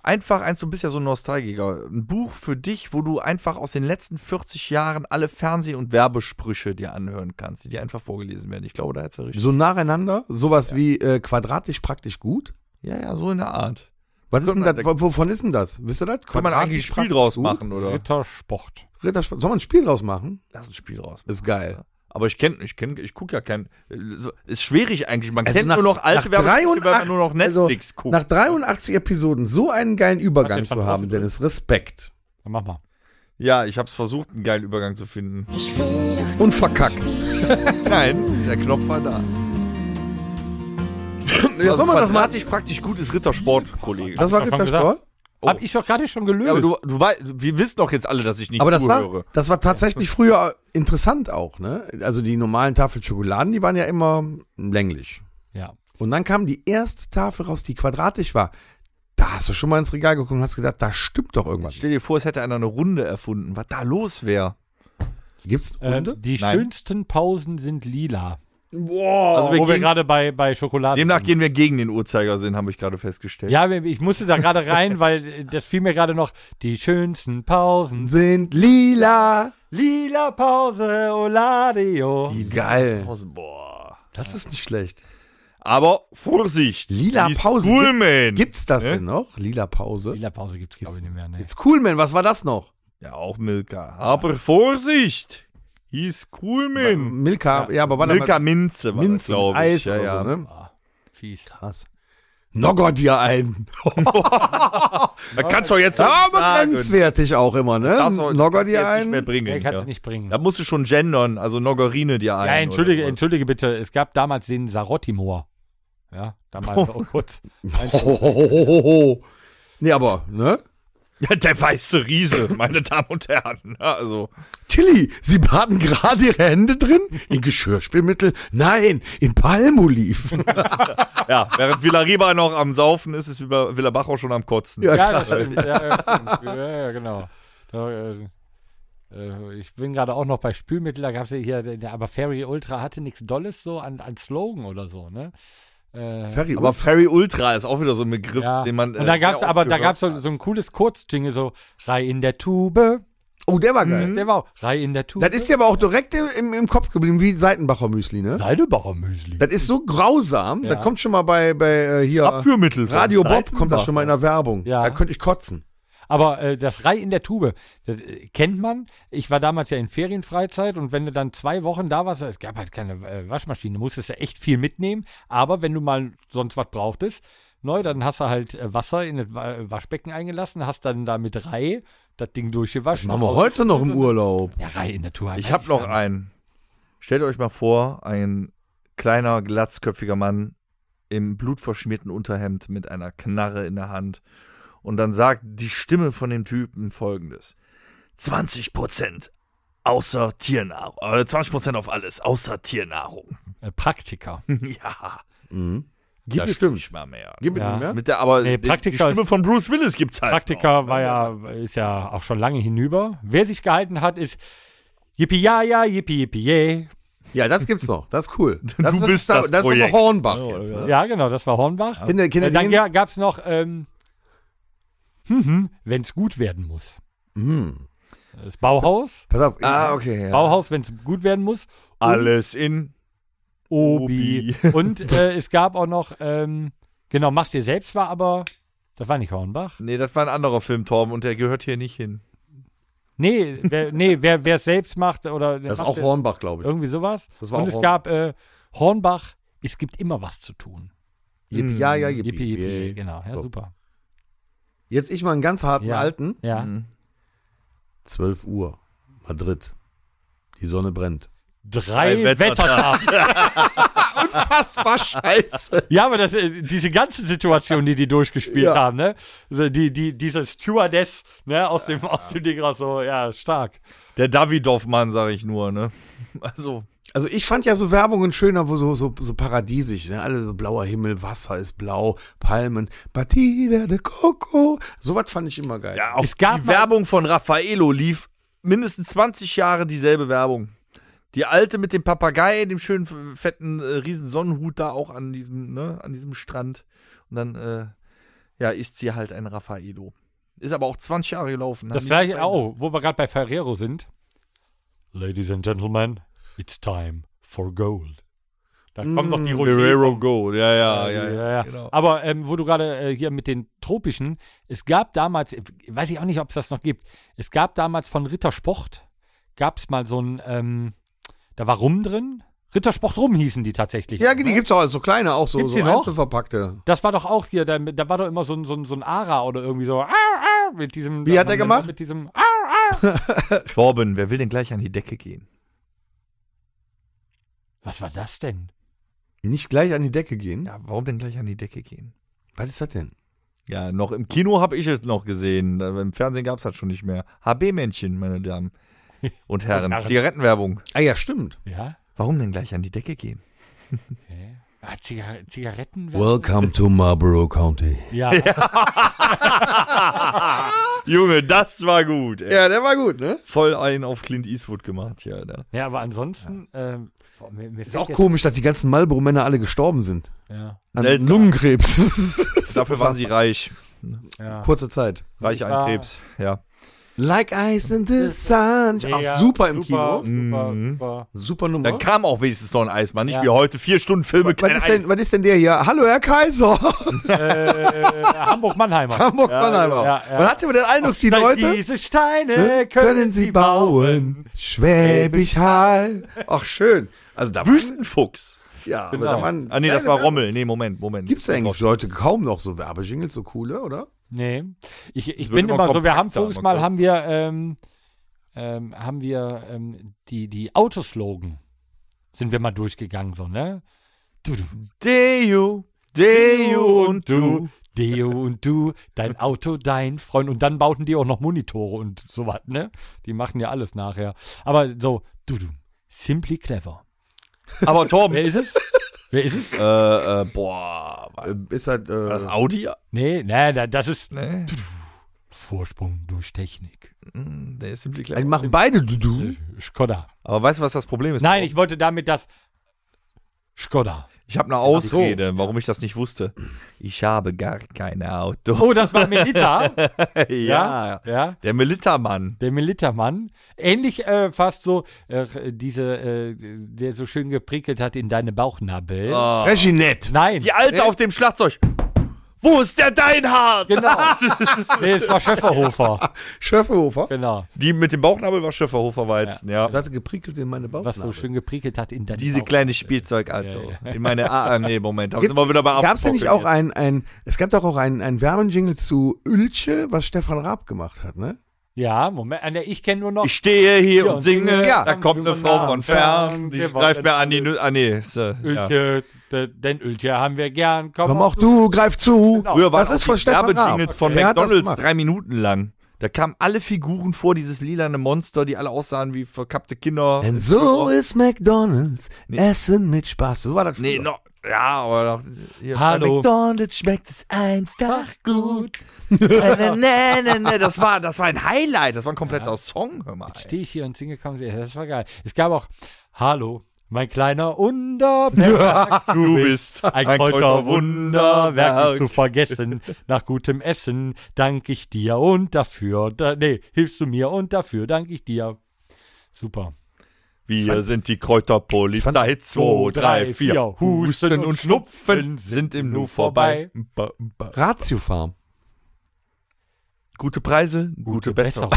Einfach eins, du bist ja so ein Nostalgiker. Ein Buch für dich, wo du einfach aus den letzten 40 Jahren alle Fernseh- und Werbesprüche dir anhören kannst, die dir einfach vorgelesen werden. Ich glaube, da hättest du richtig.
So nacheinander? Sowas wie äh, quadratisch praktisch gut?
Ja, ja, so in der Art.
Was ist
Kann
denn
man-
das? W- Wovon ist denn das? Wisst ihr das?
Kann man eigentlich ein Spiel draus machen, oder?
Rittersport.
Ritter, soll man ein Spiel draus machen?
Lass ein Spiel draus.
Ist geil.
Aber ich kenne, ich kenne, ich gucke ja kein. so- Ist schwierig eigentlich. Man
Also
kennt
nach-
nur noch alte
nach
Werbesprüche, weil man nur noch
83, also
Netflix guckt.
Nach 83 Episoden so einen geilen Übergang
jetzt
zu
schon
haben,
drauf
Dennis, Respekt.
Dann mach mal.
Ja, ich hab's versucht, einen geilen Übergang zu finden.
Und verkackt.
Nein, der Knopf war da. Also
Ja, soll man das mal?
quadratisch praktisch gut ist Rittersport, Kollege.
Das
Hab
war
ich doch schon
Rittersport?
Oh.
Hab ich doch gerade schon gelöst.
ja, aber du, du weißt, wir wissen doch jetzt alle, dass ich nicht
Aber das war,
zuhöre.
das war tatsächlich früher äh, interessant auch, ne? Also die normalen Tafeln Schokoladen, die waren ja immer länglich.
ja.
Und dann kam die erste Tafel raus, die quadratisch war. Da hast du schon mal ins Regal geguckt und hast gedacht, da stimmt doch irgendwas.
Stell dir vor, es hätte einer eine Runde erfunden, was da los wäre.
Gibt's eine
Äh,
Runde?
die
Nein.
schönsten Pausen sind lila. Oh,
Boah.
Also wir
wo wir
gehen-
gerade bei, bei Schokolade
Demnach
sind.
gehen wir gegen den Uhrzeigersinn, habe ich gerade festgestellt.
Ja, wir- ich musste da gerade rein, weil äh, das fiel mir gerade noch. Die schönsten Pausen.
Sind lila.
Lila Pause, oh, Oladio.
Wie geil.
Pausen, Boah.
Das ist nicht schlecht.
Aber Vorsicht!
Lila
die
Pausen.
Coolman.
Gibt's das
Ne?
denn noch? Lila Pause.
Lila Pause gibt's, glaube ich, nicht mehr. Ne.
Jetzt Coolman, was war das noch?
Ja, auch Milka. Aber Vorsicht! Hieß Coolman.
Milka, ja, aber war da
Hm. Milka
mal
Minze, war das,
Minze,
glaub
mit
ich.
Eis
ja,
oder
ja.
so, ne?
Fies.
Krass. Nogger dir ein.
Da kannst du jetzt
Ja, aber
sagen.
grenzwertig auch immer, ne?
Darfst du-
Nogger
kannst du
dir
jetzt Nicht mehr
ein.
Der
bringen.
kannst
Ja.
du nicht bringen.
Da musst du schon gendern, also Noggerine dir ein.
Ja, entschuldige,
oder sowas.
entschuldige bitte. Es gab damals den Sarottimor. Ja, da mal oh. kurz.
Hohohoho. Nee, aber, ne?
Ja, der weiße Riese, meine Damen und Herren. Ja, also,
Tilly, Sie baden gerade Ihre Hände drin? In Geschirrspülmittel? Nein, in Palmoliv.
ja, während Villariba noch am Saufen ist, ist Villa Villa Bach auch schon am Kotzen.
Ja,
Ja, das stimmt. Ja, ja, stimmt. ja, ja genau. Da, äh, äh, ich bin gerade auch noch bei Spülmittel, da gab es ja hier, der, der- aber Fairy Ultra hatte nichts Dolles so an, an Slogan oder so, ne? Äh,
Ferry,
Aber
aber
Ferry Ultra ist auch wieder so ein Begriff,
ja.
den man. äh,
und
äh,
da gab's, aber da
gab's
gab's so, so ein cooles Kurzjingle, so Rei in der Tube.
oh, der war geil.
Mhm.
Der war auch Rei in der Tube.
Das ist ja aber auch direkt im, im, im Kopf geblieben, wie Seitenbacher Müsli, ne?
Seidebacher Müsli.
Das ist so grausam,
Ja.
das kommt schon mal bei, bei äh, hier
Abführmittel. von
Radio Bob,
Seiten-
kommt das schon mal in der Werbung.
Ja.
Da könnte ich kotzen.
Aber äh, das Rei in der Tube, das äh, kennt man. Ich war damals ja in Ferienfreizeit und wenn du dann zwei Wochen da warst, es gab halt keine äh, Waschmaschine, du musstest ja echt viel mitnehmen. Aber wenn du mal sonst was brauchtest, neu, dann hast du halt äh, Wasser in das Wa- äh, Waschbecken eingelassen, hast dann da mit Rei das Ding durchgewaschen.
Machen wir heute noch im Urlaub.
Ja, Rei in der Tube.
Ich habe noch einen. Stellt euch mal vor, ein kleiner, glatzköpfiger Mann im blutverschmierten Unterhemd mit einer Knarre in der Hand. Und dann sagt die Stimme von dem Typen folgendes: 20% Außer Tiernahrung. Äh, 20% auf alles, außer Tiernahrung.
Äh, Praktika.
ja.
Gibt
das
es stimmt.
Nicht mal mehr.
Mhm. Gib mir
Ja.
nicht mehr.
Mit der, aber
Nee,
die- die
Praktika
Stimme
ist-
von Bruce Willis gibt's halt.
Praktika
noch.
war ja, ist ja auch schon lange hinüber. Wer sich gehalten hat, ist Yippie ja ja, Yippie Yippie yay.
Ja, das gibt's noch. Das ist cool. Das ist
bist das
das ist aber
Projekt.
Hornbach
Oh,
jetzt. Ne?
Ja, genau, das war Hornbach.
Kinder, Kinder,
Äh, dann
die-
ja, gab es noch, ähm, hm, wenn's gut werden muss.
Hm.
Das Bauhaus.
Pass auf.
Ah, okay. Ja.
Bauhaus, wenn's gut werden muss.
Alles in.
Obi.
Obi.
Und äh, es gab auch noch, ähm, genau, mach's dir selbst war aber, das war nicht Hornbach.
Nee, das war ein anderer Film, Torben, und der gehört hier nicht hin.
Nee, wer, nee, wer es selbst macht oder
Das ist
macht
auch
der-
Hornbach, glaube ich.
irgendwie sowas.
Das war
Und
auch
es
Horn-
gab äh, Hornbach, es gibt immer was zu tun.
Yippie, ja, ja, yippie,
Yippie, yippie,
yay.
genau, ja,
So.
super.
Jetzt ich mal einen ganz harten
Ja.
alten.
Ja.
Mhm.
12 Uhr, Madrid. Die Sonne brennt.
Drei
Ein Wettertag.
Wettertafeln.
Was war scheiße?
ja, aber das, äh, diese ganzen Situationen, die die durchgespielt
Ja.
haben, ne? Also die, die, diese Stewardess, ne, aus dem, aus dem Ding raus, so, ja, stark.
Der Davidoff-Mann, sage ich nur, ne? Also,
Also ich fand ja so Werbungen schöner, wo so, so, so paradiesisch, ne? Alle so blauer Himmel, Wasser ist blau, Palmen, Batida de Coco. Sowas fand ich immer geil.
ja, auch
Es gab
die
mal-
Werbung von Raffaello lief mindestens 20 Jahre dieselbe Werbung. Die alte mit dem Papagei, dem schönen f- fetten äh, riesen Sonnenhut da auch an diesem, ne, an diesem Strand. Und dann, äh, ja, isst sie halt ein Raffaello. Ist aber auch 20 Jahre gelaufen.
Das
Haben die
gleiche,
nicht
oh, wo wir gerade bei Ferrero sind. Ladies and Gentlemen, it's time for gold. Da kommen noch die
verändert.
Roger
Ferrero Gold, ja, ja, ja.
ja,
ja,
ja.
Genau.
Aber ähm, wo du gerade äh, hier mit den tropischen, es gab damals, äh, weiß ich auch nicht, ob es das noch gibt, es gab damals von Rittersport, gab es mal so ein, ähm, da war Rum drin. Rittersport Rum hießen die tatsächlich.
Ja, genau. die gibt's auch, also so kleine, auch so,
Gibt's
so
die noch?
einzelverpackte.
Das war doch auch hier, da, da war doch immer so ein, so ein, so ein Ara oder irgendwie so, "Au, au", mit diesem.
Wie hat der gemacht?
Mit diesem, "Au, au".
Torben, wer will denn gleich an die Decke gehen?
Was war das denn?
Nicht gleich an die Decke gehen.
Ja, warum denn gleich an die Decke gehen?
Was ist das denn?
Ja, noch im Kino habe ich es noch gesehen. aber Im Fernsehen gab es das schon nicht mehr. HB-Männchen, meine Damen und Herren.
Herren.
Zigarettenwerbung.
Ah ja, stimmt.
Ja?
Warum denn gleich an die Decke gehen?
Okay. Ah, Ziga Zigaretten?
Welcome to Marlborough County.
Ja,
Junge, das war gut. Ey.
Ja, der war gut, ne?
Voll einen auf Clint Eastwood gemacht, ja. Da.
ja, aber ansonsten, ähm, boah, mir, mir
Ist
fällt
auch
jetzt-
komisch, dass die ganzen Marlboro-Männer alle gestorben sind.
Ja,
An
Seltsam.
Lungenkrebs.
Dafür waren sie reich.
ja.
Kurze Zeit.
Reich
war-
an Krebs, ja.
Like Ice in the Sun.
Mega,
Auch super im
super,
Kino.
Super,
Mhm.
super.
Super Nummer.
Dann kam auch wenigstens noch ein Eismann. Nicht
Ja.
wie heute vier Stunden Filme,
was,
kein
ist
Eis.
denn, was ist denn der hier? Hallo, Herr Kaiser.
äh, Hamburg-Mannheimer.
Hamburg Mannheimer.
ja, ja.
Man hatte immer den Eindruck, die Leute
Diese Steine
ne,
können, sie bauen.
Schwäbisch Hall. Ach, schön. Also da
Wüstenfuchs.
Ja,
Genau.
aber da waren.
Ah, nee, das
geile
war
Werbung.
Rommel. Nee, Moment, Moment.
Gibt's eigentlich Leute kaum noch so Werbejingles, so coole, oder?
Nee, ich, ich
wird
bin
immer
immer so, wir haben
komplexer,
voriges
mal
Mal
kurz.
haben wir, ähm, ähm, haben wir ähm, die, die Autoslogan sind wir mal durchgegangen, so, ne? Du, du,
Deo, Deo und du.
Deo und du, dein Auto, dein Freund. Und dann bauten die auch noch Monitore und sowas, ne? Die machen ja alles nachher. Aber so, du, du, simply clever.
Aber
Wer
Torben,
ist es? Wer ist es?
äh, äh, boah, war
Äh, Ist halt. Äh,
das Audi?
Nee, nee, da- das ist
Nee.
Vorsprung durch Technik.
hm, Der ist simply
die machen beide. Du,
Äh,
du.
Skoda.
Aber weißt du, was das Problem ist?
Nein, ich wollte damit das Skoda.
ich habe eine Ausrede, warum ich das nicht wusste. Ich habe gar kein Auto.
Oh, das war Melita.
ja.
ja.
Der Militermann.
Der Melita-Mann. Ähnlich äh, fast so äh, diese, äh, der so schön geprickelt hat in deine Bauchnabel.
Oh.
Reginette.
Nein.
Die Alte auf dem Schlagzeug. Wo ist der Deinhard?
Genau. nee, es war Schöfferhofer.
Schöffelhofer.
Genau.
Die mit dem Bauchnabel war Schöfferhofer Weizen, ja.
Das hatte gepriekelt in meine Bauchnabel.
Was so schön geprickelt hat in deine
Diese kleine Spielzeugauto.
Ja,
In meine AA, nee, Moment. Da
Gibt-
sind wir wieder bei
Gab's denn nicht auch
ein?
ein, ein, es gab doch auch einen, einen Werbejingle zu Ulche, was Stefan Raab gemacht hat, ne?
Ja, Moment. Ah, ne, Ich kenne nur noch.
Ich stehe hier
Ja,
und singe,
ja.
da kommt eine Frau von fern, die
Wir
greift
wollen-
mir an die Nüsse. Ah, nee, ist, äh, ja.
Öltje, de- denn Öltje haben wir gern.
Komm auch du, greif zu.
Genau.
Früher waren
Das ist
auch
von
die
Stefan Raab.
Werbejingles von
Wer hat das
McDonalds
gemacht?
drei Minuten lang. Da kamen alle Figuren vor, dieses lilane Monster, die alle aussahen wie verkappte Kinder. Genau.
And so ist McDonalds. Essen mit Spaß. So war das
Nee,
früher.
no, ja, aber hier,
Hallo.
Bei McDonald's schmeckt es einfach gut. Äh, ne, nee, nee, nee, nee, das war, das war ein Highlight, das war ein kompletter Song, hör mal. ey.
Stehe ich hier und singe kaum. Ja, das war geil. Es gab auch Hallo, mein kleiner Unterberg.
Du bist
Ein kräuter Wunderwerk nicht zu vergessen. Nach gutem Essen danke ich dir und dafür. Da, nee, hilfst du mir und dafür danke ich dir. Super.
Wir sind die Kräuterpolizei. 2, 3, 4. Husten und Schnupfen sind im Nu vorbei. Ba, ba.
Ratio Farm.
Gute Preise, gute, Besserung.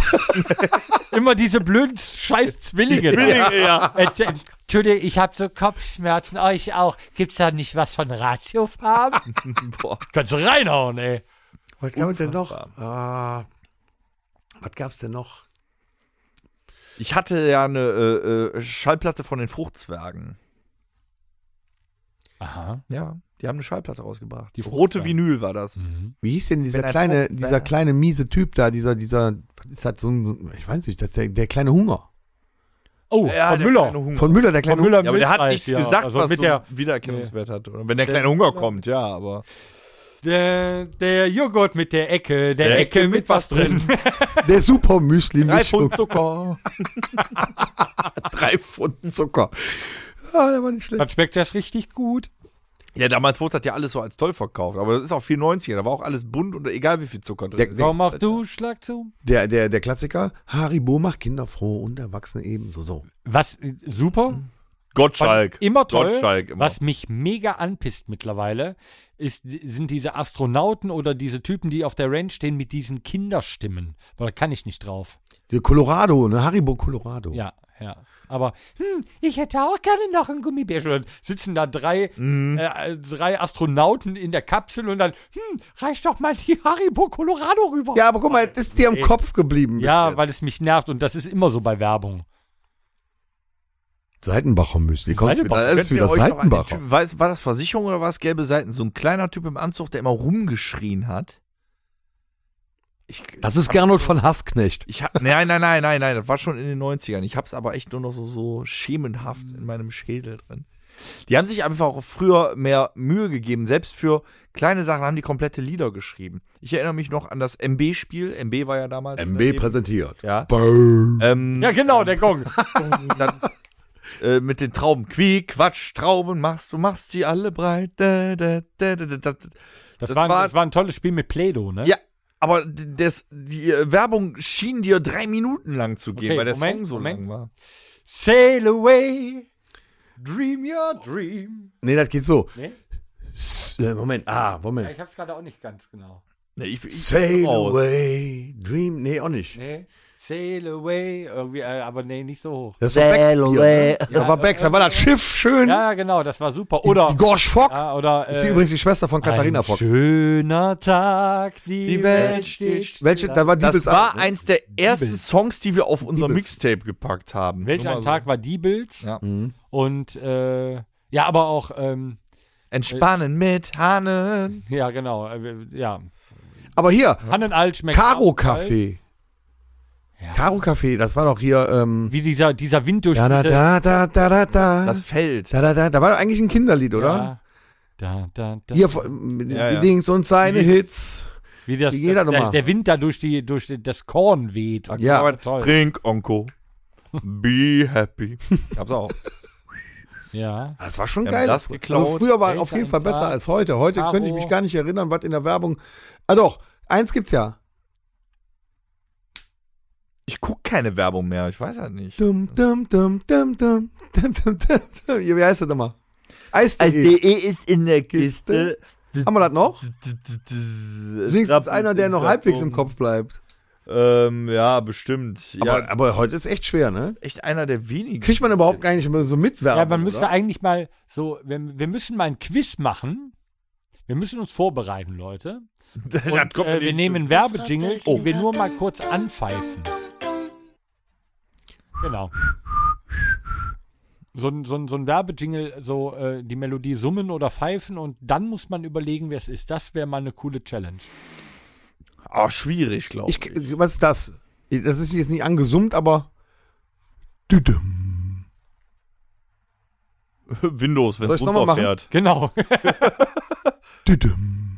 Immer diese blöden scheiß Zwillinge.
Zwillinge, ja.
Äh, t- Entschuldigung, ich habe so Kopfschmerzen. Euch auch. Gibt's da nicht was von Ratiofarben?
Boah.
Kannst du reinhauen, ey.
Was gab es denn noch? Ah, was gab's denn noch?
Ich hatte ja eine äh, äh, Schallplatte von den Fruchtzwergen.
Aha.
Ja, die haben eine Schallplatte rausgebracht.
Die
rote
Fruchtzwerge. Hm.
Vinyl war das.
Wie hieß denn dieser
Wenn ein
kleine,
Fuchs
dieser
wäre.
kleine miese Typ da, dieser, dieser, was ist das so ein, so ein- ich weiß nicht, das ist der, der kleine Hunger.
Oh,
Ja,
von
der
Müller.
kleine Hunger.
Von Müller, der kleine
Müller
Ja, aber der hat
Milchreis,
nichts
ja.
gesagt,
Also
was
mit
so
der,
einen Wiedererkennungswert hat. Und wenn der kleine Hunger kommt, ja, aber.
der, der Joghurt mit der Ecke, der,
Der
Ecke mit was drin.
Hunger, der super Müsli
Drei
Mischung.
Pfund Zucker.
Drei Pfund Zucker. Ah, der war nicht schlecht.
Dann schmeckt das richtig gut.
Ja, damals wurde das ja alles so als toll verkauft. Aber das ist auch 94er. Da war auch alles bunt und egal wie viel Zucker drin
Der-
ist.
Komm auch du, schlag zu.
Der, der, der Klassiker, Haribo macht Kinder froh und Erwachsene ebenso. So.
Was äh, super,
Gottschalk.
immer toll.
Gottschalk immer.
Was mich mega anpisst mittlerweile, ist, sind diese Astronauten oder diese Typen, die auf der Ranch stehen mit diesen Kinderstimmen. Aber da kann ich nicht drauf.
Der Colorado, ne? Haribo Colorado.
Ja, ja. Aber hm, ich hätte auch gerne noch einen Gummibärchen. Und sitzen da
Mhm.
drei, äh, drei Astronauten in der Kapsel und dann hm, reicht doch mal die Haribo Colorado rüber.
Ja, aber guck mal, das ist dir am Kopf geblieben.
ja
bisher.
weil es mich nervt und das ist immer so bei Werbung.
Seitenbacher Müsli. Kommst wieder,
Seitenbacher.
das ist wieder
Könnt ihr euch noch an den
Seitenbacher.
Typ- weiß, war das Versicherung oder war es gelbe Seiten? So ein kleiner Typ im Anzug, der immer rumgeschrien hat. Ich,
Das ist Gernot von Hassknecht.
ich hab, nein, nein, nein, nein, nein, das war schon in den 90ern. Ich hab's aber echt nur noch so, so schemenhaft in meinem Schädel drin. Die haben sich einfach auch früher mehr Mühe gegeben. Selbst für kleine Sachen haben die komplette Lieder geschrieben. Ich erinnere mich noch an das MB-Spiel. MB war ja damals.
MB
präsent.
präsentiert.
Ja.
Brrr.
Ähm,
Ja, genau, der Gong.
dann, äh, mit den Trauben. Quiek, Quatsch, Trauben machst du, machst sie alle breit. Da, da, da, da, da, da.
Das,
Das
war, ein-
war-
das war ein tolles Spiel mit Play-Doh, ne?
Ja, aber d- das, die äh, Werbung schien dir drei Minuten lang zu gehen,
Okay,
weil der
Moment,
Song so
Moment.
lang war.
Sail away, dream your dream.
Nee, das geht so.
Nee?
S- äh, Moment, ah, Moment.
ich hab's gerade auch nicht ganz genau.
Nee, ich, ich,
Sail
raus.
away, dream, nee, auch nicht.
Nee? Sail away, irgendwie, äh, aber nee, nicht so hoch.
Das war Sail away. Ne?
Ja,
Da war Bex, da war das Schiff schön.
Ja, genau, das war super. Oder,
Mhm. die Gorsch Fock.
ja, oder äh,
das ist übrigens die Schwester von Katharina
ein
Fock.
schöner Tag, die,
Die Welt
Welt
steht
steht
Welche, da war die
Das
bis
war
an-
eins der ersten
Beatles.
Songs, die wir auf unser
Beatles.
Mixtape gepackt haben.
Welch
Nur mal
ein Tag war die Bilds.
Ja.
Mhm.
Und, äh, ja, aber auch, ähm,
So. Entspannen mit Hanen.
ja, genau, äh, ja.
Aber hier,
Hannen alt schmeckt.
Karo
auch geil.
Café.
Ja.
Karo Café, das war doch hier, ähm,
Wie dieser, dieser Wind durch
da, da,
diese-
da, da, da, da, da,
Das Feld.
da, da, da, da war doch eigentlich ein Kinderlied, oder?
Ja. Da, da, da.
Hier, von- mit
Ja, ja.
den Dings und seine
Wie-
Hits.
Wie das,
Wie geht
das,
das
der,
nochmal?
der Wind da durch, die, durch die, das Korn weht.
Ja.
Aber toll.
Trink, Onko. Be happy. Gab's auch.
Ja.
Das war schon
Wir haben
geil.
das geklaut.
Also früher war
Welch
auf jeden
ein
Fall besser
Tag.
als heute. Heute
Caro.
könnte ich mich gar nicht erinnern, was in der Werbung. Ah doch, eins gibt's ja.
Ich guck keine Werbung mehr, ich weiß halt nicht.
Dum, dum, dum, dum, dum, dum, dum, dum, dum. Ja, Wie heißt das nochmal? Eis.de.
E ist in der
Kiste. Haben wir das noch? Wenigstens einer, der noch halbwegs im Kopf bleibt.
Ähm, ja, bestimmt. Ja,
Aber, aber heute ist echt schwer, ne?
echt einer der wenigen.
Kriegt man überhaupt gar nicht mehr so mit Werbung,
Ja, man müsste
oder?
eigentlich mal so, wir, wir müssen mal ein Quiz machen. Wir müssen uns vorbereiten, Leute.
Das
Und
kommt mir
äh, wir
nicht
nehmen
zu.
Werbejingle, die wir nur mal kurz anpfeifen. Genau. So ein, so ein, so ein Werbejingle, so äh, die Melodie summen oder pfeifen und dann muss man überlegen, wer es ist. Das wäre mal eine coole Challenge.
Ah, schwierig, glaube ich.
Ich, was ist das? Das ist jetzt nicht angesummt, aber. Düdüm.
Windows, wenn
Soll
es
ich's nochmal machen?
runterfährt.
Genau.
Düdüm.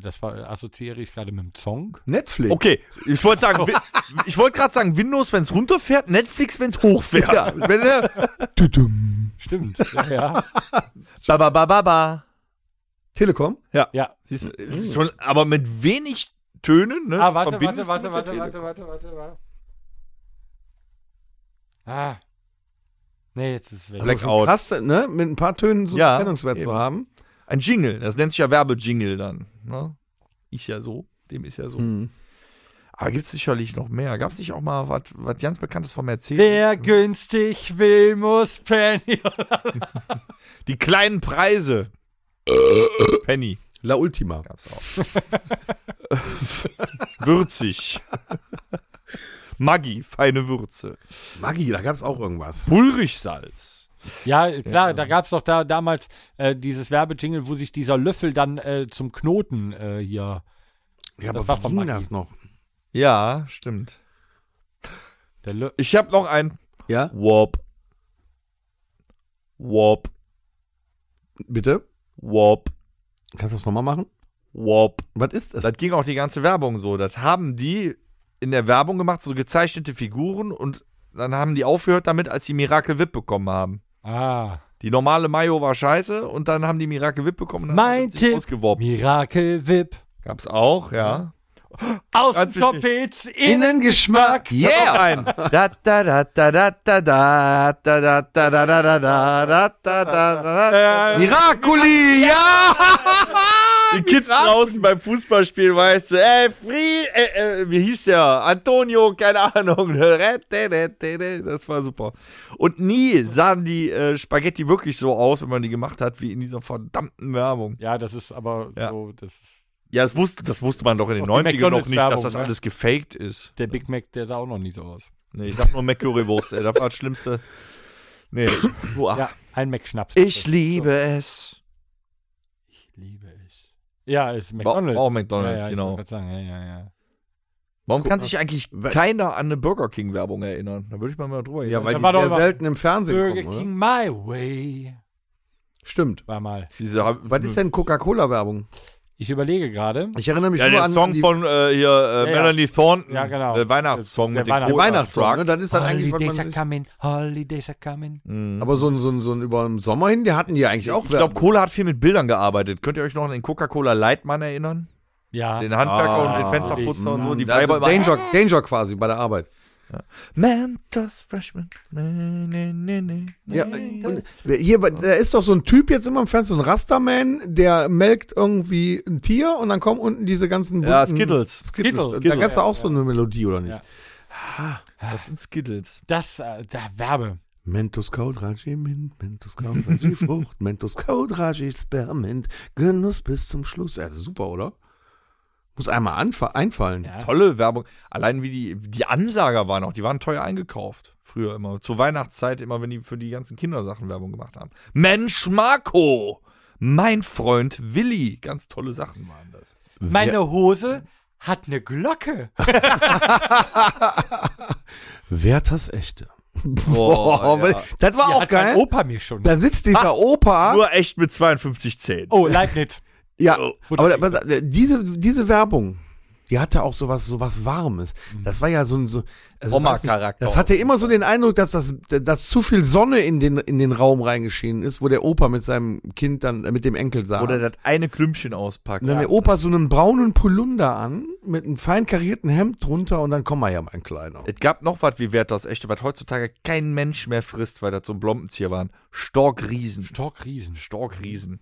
Das war, assoziiere ich gerade mit dem Song.
Netflix.
Okay, ich wollte sagen, Wi- ich wollte gerade sagen, Windows, wenn es runterfährt, Netflix, wenn es hochfährt.
Ja, wenn er. Düdüm.
Stimmt. Ja,
Ba,
ja.
ba, ba, ba, ba.
Telekom?
ja.
Siehst du, es
Mhm.
ist schon, aber mit wenig Tönen, ne?
Ah, warte, warte,
verbindest
warte,
du mit
warte,
der
warte, warte, warte, warte. Ah. Nee, jetzt ist es weg.
Black-
Schon
Out.
krass, ne? Mit ein paar Tönen so
Ja,
einen Erkennungswert zu
eben.
haben.
Telekom. Ein Jingle, das nennt sich ja Werbejingle dann. Ne? Ist ja so, dem ist ja so.
Hm.
Aber gibt es sicherlich noch mehr. Gab es nicht auch mal was- was ganz Bekanntes von Mercedes?
Wer günstig will, muss Penny.
Die kleinen Preise. Penny
La Ultima.
gab's auch. Würzig. Maggi, feine Würze.
Maggi, da gab es auch irgendwas.
Pulrichsalz.
Ja, äh, klar, da gab es doch da damals äh, dieses Werbejingle, wo sich dieser Löffel dann äh, zum Knoten äh, hier.
Ja,
Das
aber
war
wie
von
ging
Maggi.
das noch?
Ja, stimmt.
Der Lö
Ich habe noch ein
Ja,
Warp. Warp,
bitte.
Warp,
Kannst du das nochmal machen?
Warp.
Was ist das?
Das ging auch die ganze Werbung so. Das haben die in der Werbung gemacht, so gezeichnete Figuren und dann haben die aufgehört damit, als die Miracle Whip bekommen haben.
ah.
Die normale Mayo war scheiße und dann haben die Miracle Whip bekommen und dann
Mein
haben sie sich
Tipp.
ausgeworben.
Miracle Whip.
Gab's auch, ja.
Außentoppitz, Innengeschmack.
Yeah!
Ein. Da, da, da, da, da, da, da, da, da, da, da, da, da, da, da, da, da, da.
Miraculi! Ja!
Die Kids draußen beim Fußballspiel, weißt du, ey, Free, äh, äh, wie hieß der? Antonio, keine Ahnung. Das war super. Und nie sahen die äh, Spaghetti wirklich so aus, wenn man die gemacht hat, wie in dieser verdammten Werbung.
Ja, das ist aber
Ja.
so, das ist
Ja, das wusste, das wusste man doch in den
Auch die
90ern noch nicht, dass
McDonald's-Werbung,
das
ne?
alles gefaked ist.
der Big Mac, der sah auch noch nie so aus.
Nee, ich sag nur McCurrywurst, ey, das war das Schlimmste. Nee. Boah.
Ja, ein Mac-Schnaps.
Ich liebe es.
Ich liebe es. Ja, ist
War
McDonald's.
Auch McDonalds,
ja, ja,
genau.
Ich wollte grad sagen, ja, ja, ja.
Warum
Guck
kann
mal.
sich eigentlich
Weil-
keiner an eine Burger King-Werbung erinnern? Da würde ich mal mal drüber
Ja, weil
Da
die
war doch
sehr
mal-
selten im Fernsehen
Burger
kommen,
King My Way.
oder? Stimmt.
War mal.
Diese,
Was
Hm.
ist denn Coca-Cola-Werbung?
Ich überlege gerade.
Ich erinnere mich
Ja,
nur
der
an
Song
die
von äh, hier, äh,
Ja, ja.
Melanie Thornton.
Ja, genau.
Der Weihnachtssong
Der
mit dem
Weihnachts-
Cola
Weihnachtssong. Ne?
Truck.
Das ist dann eigentlich, was man
Holidays are
sich,
coming, Holidays are coming.
Mhm.
Aber so ein, so ein, so ein über den Sommer hin, die hatten die eigentlich auch
ich glaube, Cola hat viel mit Bildern gearbeitet. Könnt ihr euch noch an den Coca-Cola Lightman erinnern?
Ja.
Den Handwerker
Ah,
und den Fensterputzer und mhm. so. Die Ah!
also
Weiber immer-
Danger, Danger quasi bei der Arbeit.
Mentos Freshman. Nee, nee, nee, nee.
Ja, äh, und hier, da ist doch so ein Typ jetzt immer im Fernsehen, so ein Rasterman, der melkt irgendwie ein Tier und dann kommen unten diese ganzen
Ja,
bunten-
Skittles.
Skittles.
Skittles,
Da
Skittles.
gab es da auch so eine Melodie, oder nicht?
Ja.
Das sind Skittles.
Das, äh, da Werbe.
Mentos Kaudraji Mint, Mentos Kaudraji Frucht, Mentos Kaudraji Spermint, Genuss bis zum Schluss. Ja, super, oder? Muss einmal anfa- einfallen.
Ja.
Tolle Werbung. Allein wie die, die Ansager waren auch, die waren teuer eingekauft. Früher immer. Zur Weihnachtszeit immer, wenn die für die ganzen Kindersachen Werbung gemacht haben. Mensch, Marco! Mein Freund Willi. Ganz tolle Sachen waren das.
Meine Hose hat eine Glocke.
Wert das echte. Oh,
Boah, Oh, ja.
Das war auch
hat
geil.
mein Opa mir schon.
Da sitzt dieser Opa.
Nur echt mit 52,10.
oh, Leibniz.
ja,
Äh,
Oh.
aber, aber äh, diese, diese Werbung, die hatte auch sowas, sowas Warmes.
Mhm.
Das war ja so ein so, also, ich weiß nicht,
Oma-Charakter.
Das hatte immer so den Eindruck, dass das, dass zu viel Sonne in den, in den Raum reingeschienen ist, wo der Opa mit seinem Kind dann, äh, mit dem Enkel saß.
Oder das oh. eine Klümpchen auspacken.
und dann der Opa so einen braunen Polunder an, mit einem fein karierten Hemd drunter und dann komm mal ja mein Kleiner.
Es gab noch was wie Wert das echte, was heutzutage kein Mensch mehr frisst, weil das so ein Blombenzieher waren. Storkriesen.
Storkriesen.
Storkriesen.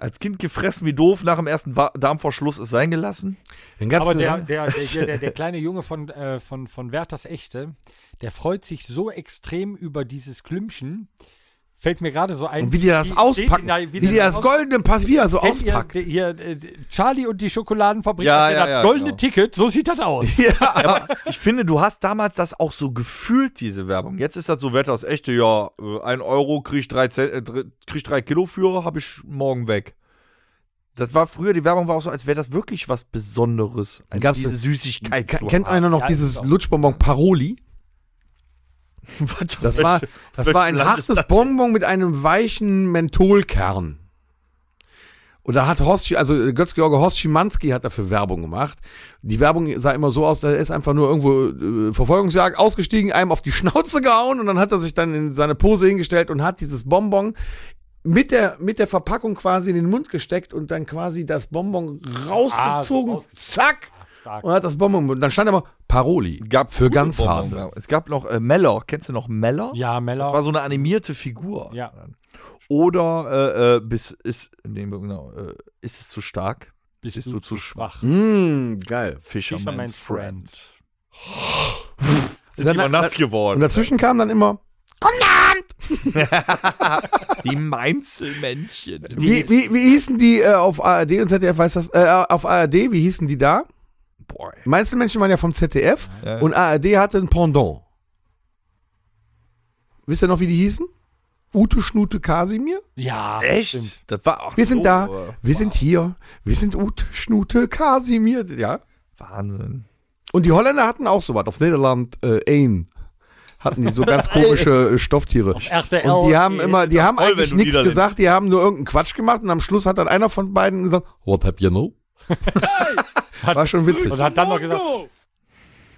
Als Kind gefressen wie doof, nach dem ersten Wa- Darmverschluss es sein gelassen.
Dann gab's ne?
Aber
eine-
der, der, der, hier, der, der kleine Junge von, äh, von, von Werthers Echte, der freut sich so extrem über dieses Klümpchen. Fällt mir gerade so ein.
und wie die das auspacken, wie, die das,
aus-
goldene Papier so
Kennt ihr-
auspackt.
Hier, äh, Charlie und die Schokoladenfabrik,
Ja,
hat
ja,
das
ja,
goldene
genau.
Ticket, so sieht das aus.
Ich finde, du hast damals das auch so gefühlt, diese Werbung. Jetzt ist das so Wert das echte, ja, äh, ein Euro krieg ich drei, Zen- äh, dr- krieg ich drei Kilo für, hab ich morgen weg. Das war früher, die Werbung war auch so, als wäre das wirklich was Besonderes. Als
Gab's
diese
das-
Süßigkeit.
Ke-
zu
Kennt
haben.
einer noch
Ja,
dieses
ist auch-
Lutschbonbon Paroli?
Was-
Das war,
welche-
das war ein
welchem Land ist
hartes Bonbon mit einem weichen Mentholkern. Und da hat Horst, Schi- also Götz-George Horst Schimanski hat dafür Werbung gemacht. Die Werbung sah immer so aus, da ist einfach nur irgendwo äh, Verfolgungsjagd ausgestiegen, einem auf die Schnauze gehauen und dann hat er sich dann in seine Pose hingestellt und hat dieses Bonbon mit der, mit der Verpackung quasi in den Mund gesteckt und dann quasi das Bonbon
Ah,
rausgezogen,
rausgezogen.
zack,
Stark.
und hat das Bonbon, und dann stand immer Paroli.
Gab
für
gute
ganz
Bonbons.
hart.
Es gab noch äh, Meller. Kennst du noch Meller?
Ja, Meller.
Das war so eine animierte Figur.
Ja.
Oder äh, äh, bis, ist, nee, genau, äh, ist es zu stark?
Bist,
du zu schwach?
Mmh, geil.
Fisherman's,
Fisherman's Friend.
Sind immer nass
Und
geworden.
dazwischen kam dann immer
die Meinzelmännchen.
Wie, wie, wie hießen die äh, auf ARD und ZDF, weiß das, äh, auf ARD, wie hießen die da?
Boy.
Meinst du, Menschen waren ja vom ZDF
Ja.
und ARD hatte ein Pendant. Wisst ihr noch, wie die hießen? Ute Schnute Kasimir?
Ja,
Echt?
stimmt.
Das war auch
Wir sind
so,
da,
äh,
wir sind hier, wir sind Ute Schnute Kasimir, ja.
Wahnsinn.
Und die Holländer hatten auch sowas, auf Niederland, äh, Ain. Hatten die so ganz komische äh, Stofftiere.
RTL.
Und die haben
äh,
immer, die haben
toll, wenn
eigentlich
du
nichts
Niederländer-
gesagt, die haben nur irgendeinen Quatsch gemacht und am Schluss hat dann einer von beiden gesagt, what have you know? War schon witzig.
Und hat dann noch gesagt.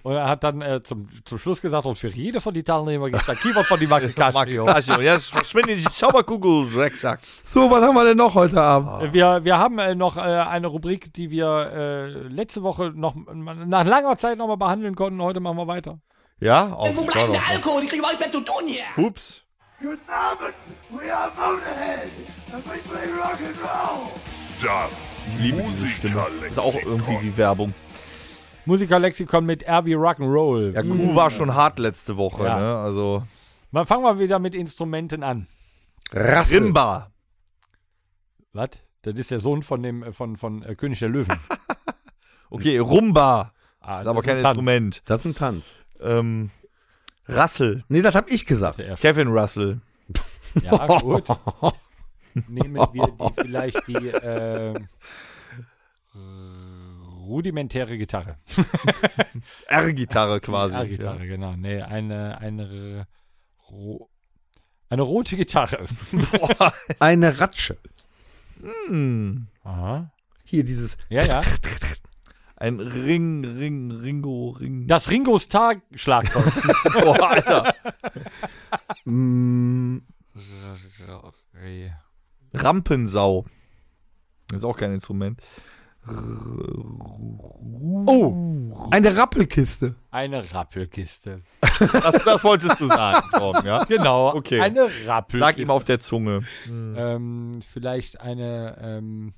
Und er hat dann äh, zum, zum Schluss gesagt, und für jede von den Teilnehmern gibt es ein Keyword von die Marke Casio.
Also, jetzt verschwindet die Zauberkugel, Drecksack.
So, was haben wir denn noch heute Abend?
Äh, Wir, wir haben äh, noch äh, eine Rubrik, die wir äh, letzte Woche noch m- nach langer Zeit nochmal behandeln konnten. Heute machen wir weiter.
Ja, auch
Wo bleibt denn der Alkohol? Ich kriege überhaupt nichts mehr zu tun hier.
Ups.
Das
Ist auch irgendwie
Musikerlexikon.
wie Werbung.
Musikerlexikon mit RB Rock'n'Roll.
Ja,
Mhm.
Kuh war schon hart letzte Woche,
Ja.
ne? Also.
Mal fangen wir wieder mit Instrumenten an.
Rasse.
Rimba.
Was? Das ist der Sohn von dem äh, von, von äh, König der Löwen.
Okay, Rumba.
Ah,
Ist aber
das
kein
ein Tanz.
Instrument.
Das ist ein Tanz.
Ähm, Russell.
Nee, das hab ich gesagt.
Der
Kevin Russell.
Ja, gut. Nehmen wir die vielleicht die äh, rudimentäre Gitarre.
R-Gitarre quasi.
Ja, Gitarre, genau. Nee, eine, eine, ro eine rote Gitarre.
Eine Ratsche.
Ja. Hm.
Aha.
Hier dieses.
Ja, ja.
Ein Ring, Ring, Ringo, Ring.
Das Ringo Starr Schlagzeug.
Boah, Alter.
Mm,
Rampensau. Ist auch kein Instrument.
oh,
eine Rappelkiste.
eine Rappelkiste.
Das, das wolltest du sagen, Tom, ja?
Genau,
Okay.
eine Rappelkiste.
Lag ihm auf der Zunge.
ähm, vielleicht eine ähm,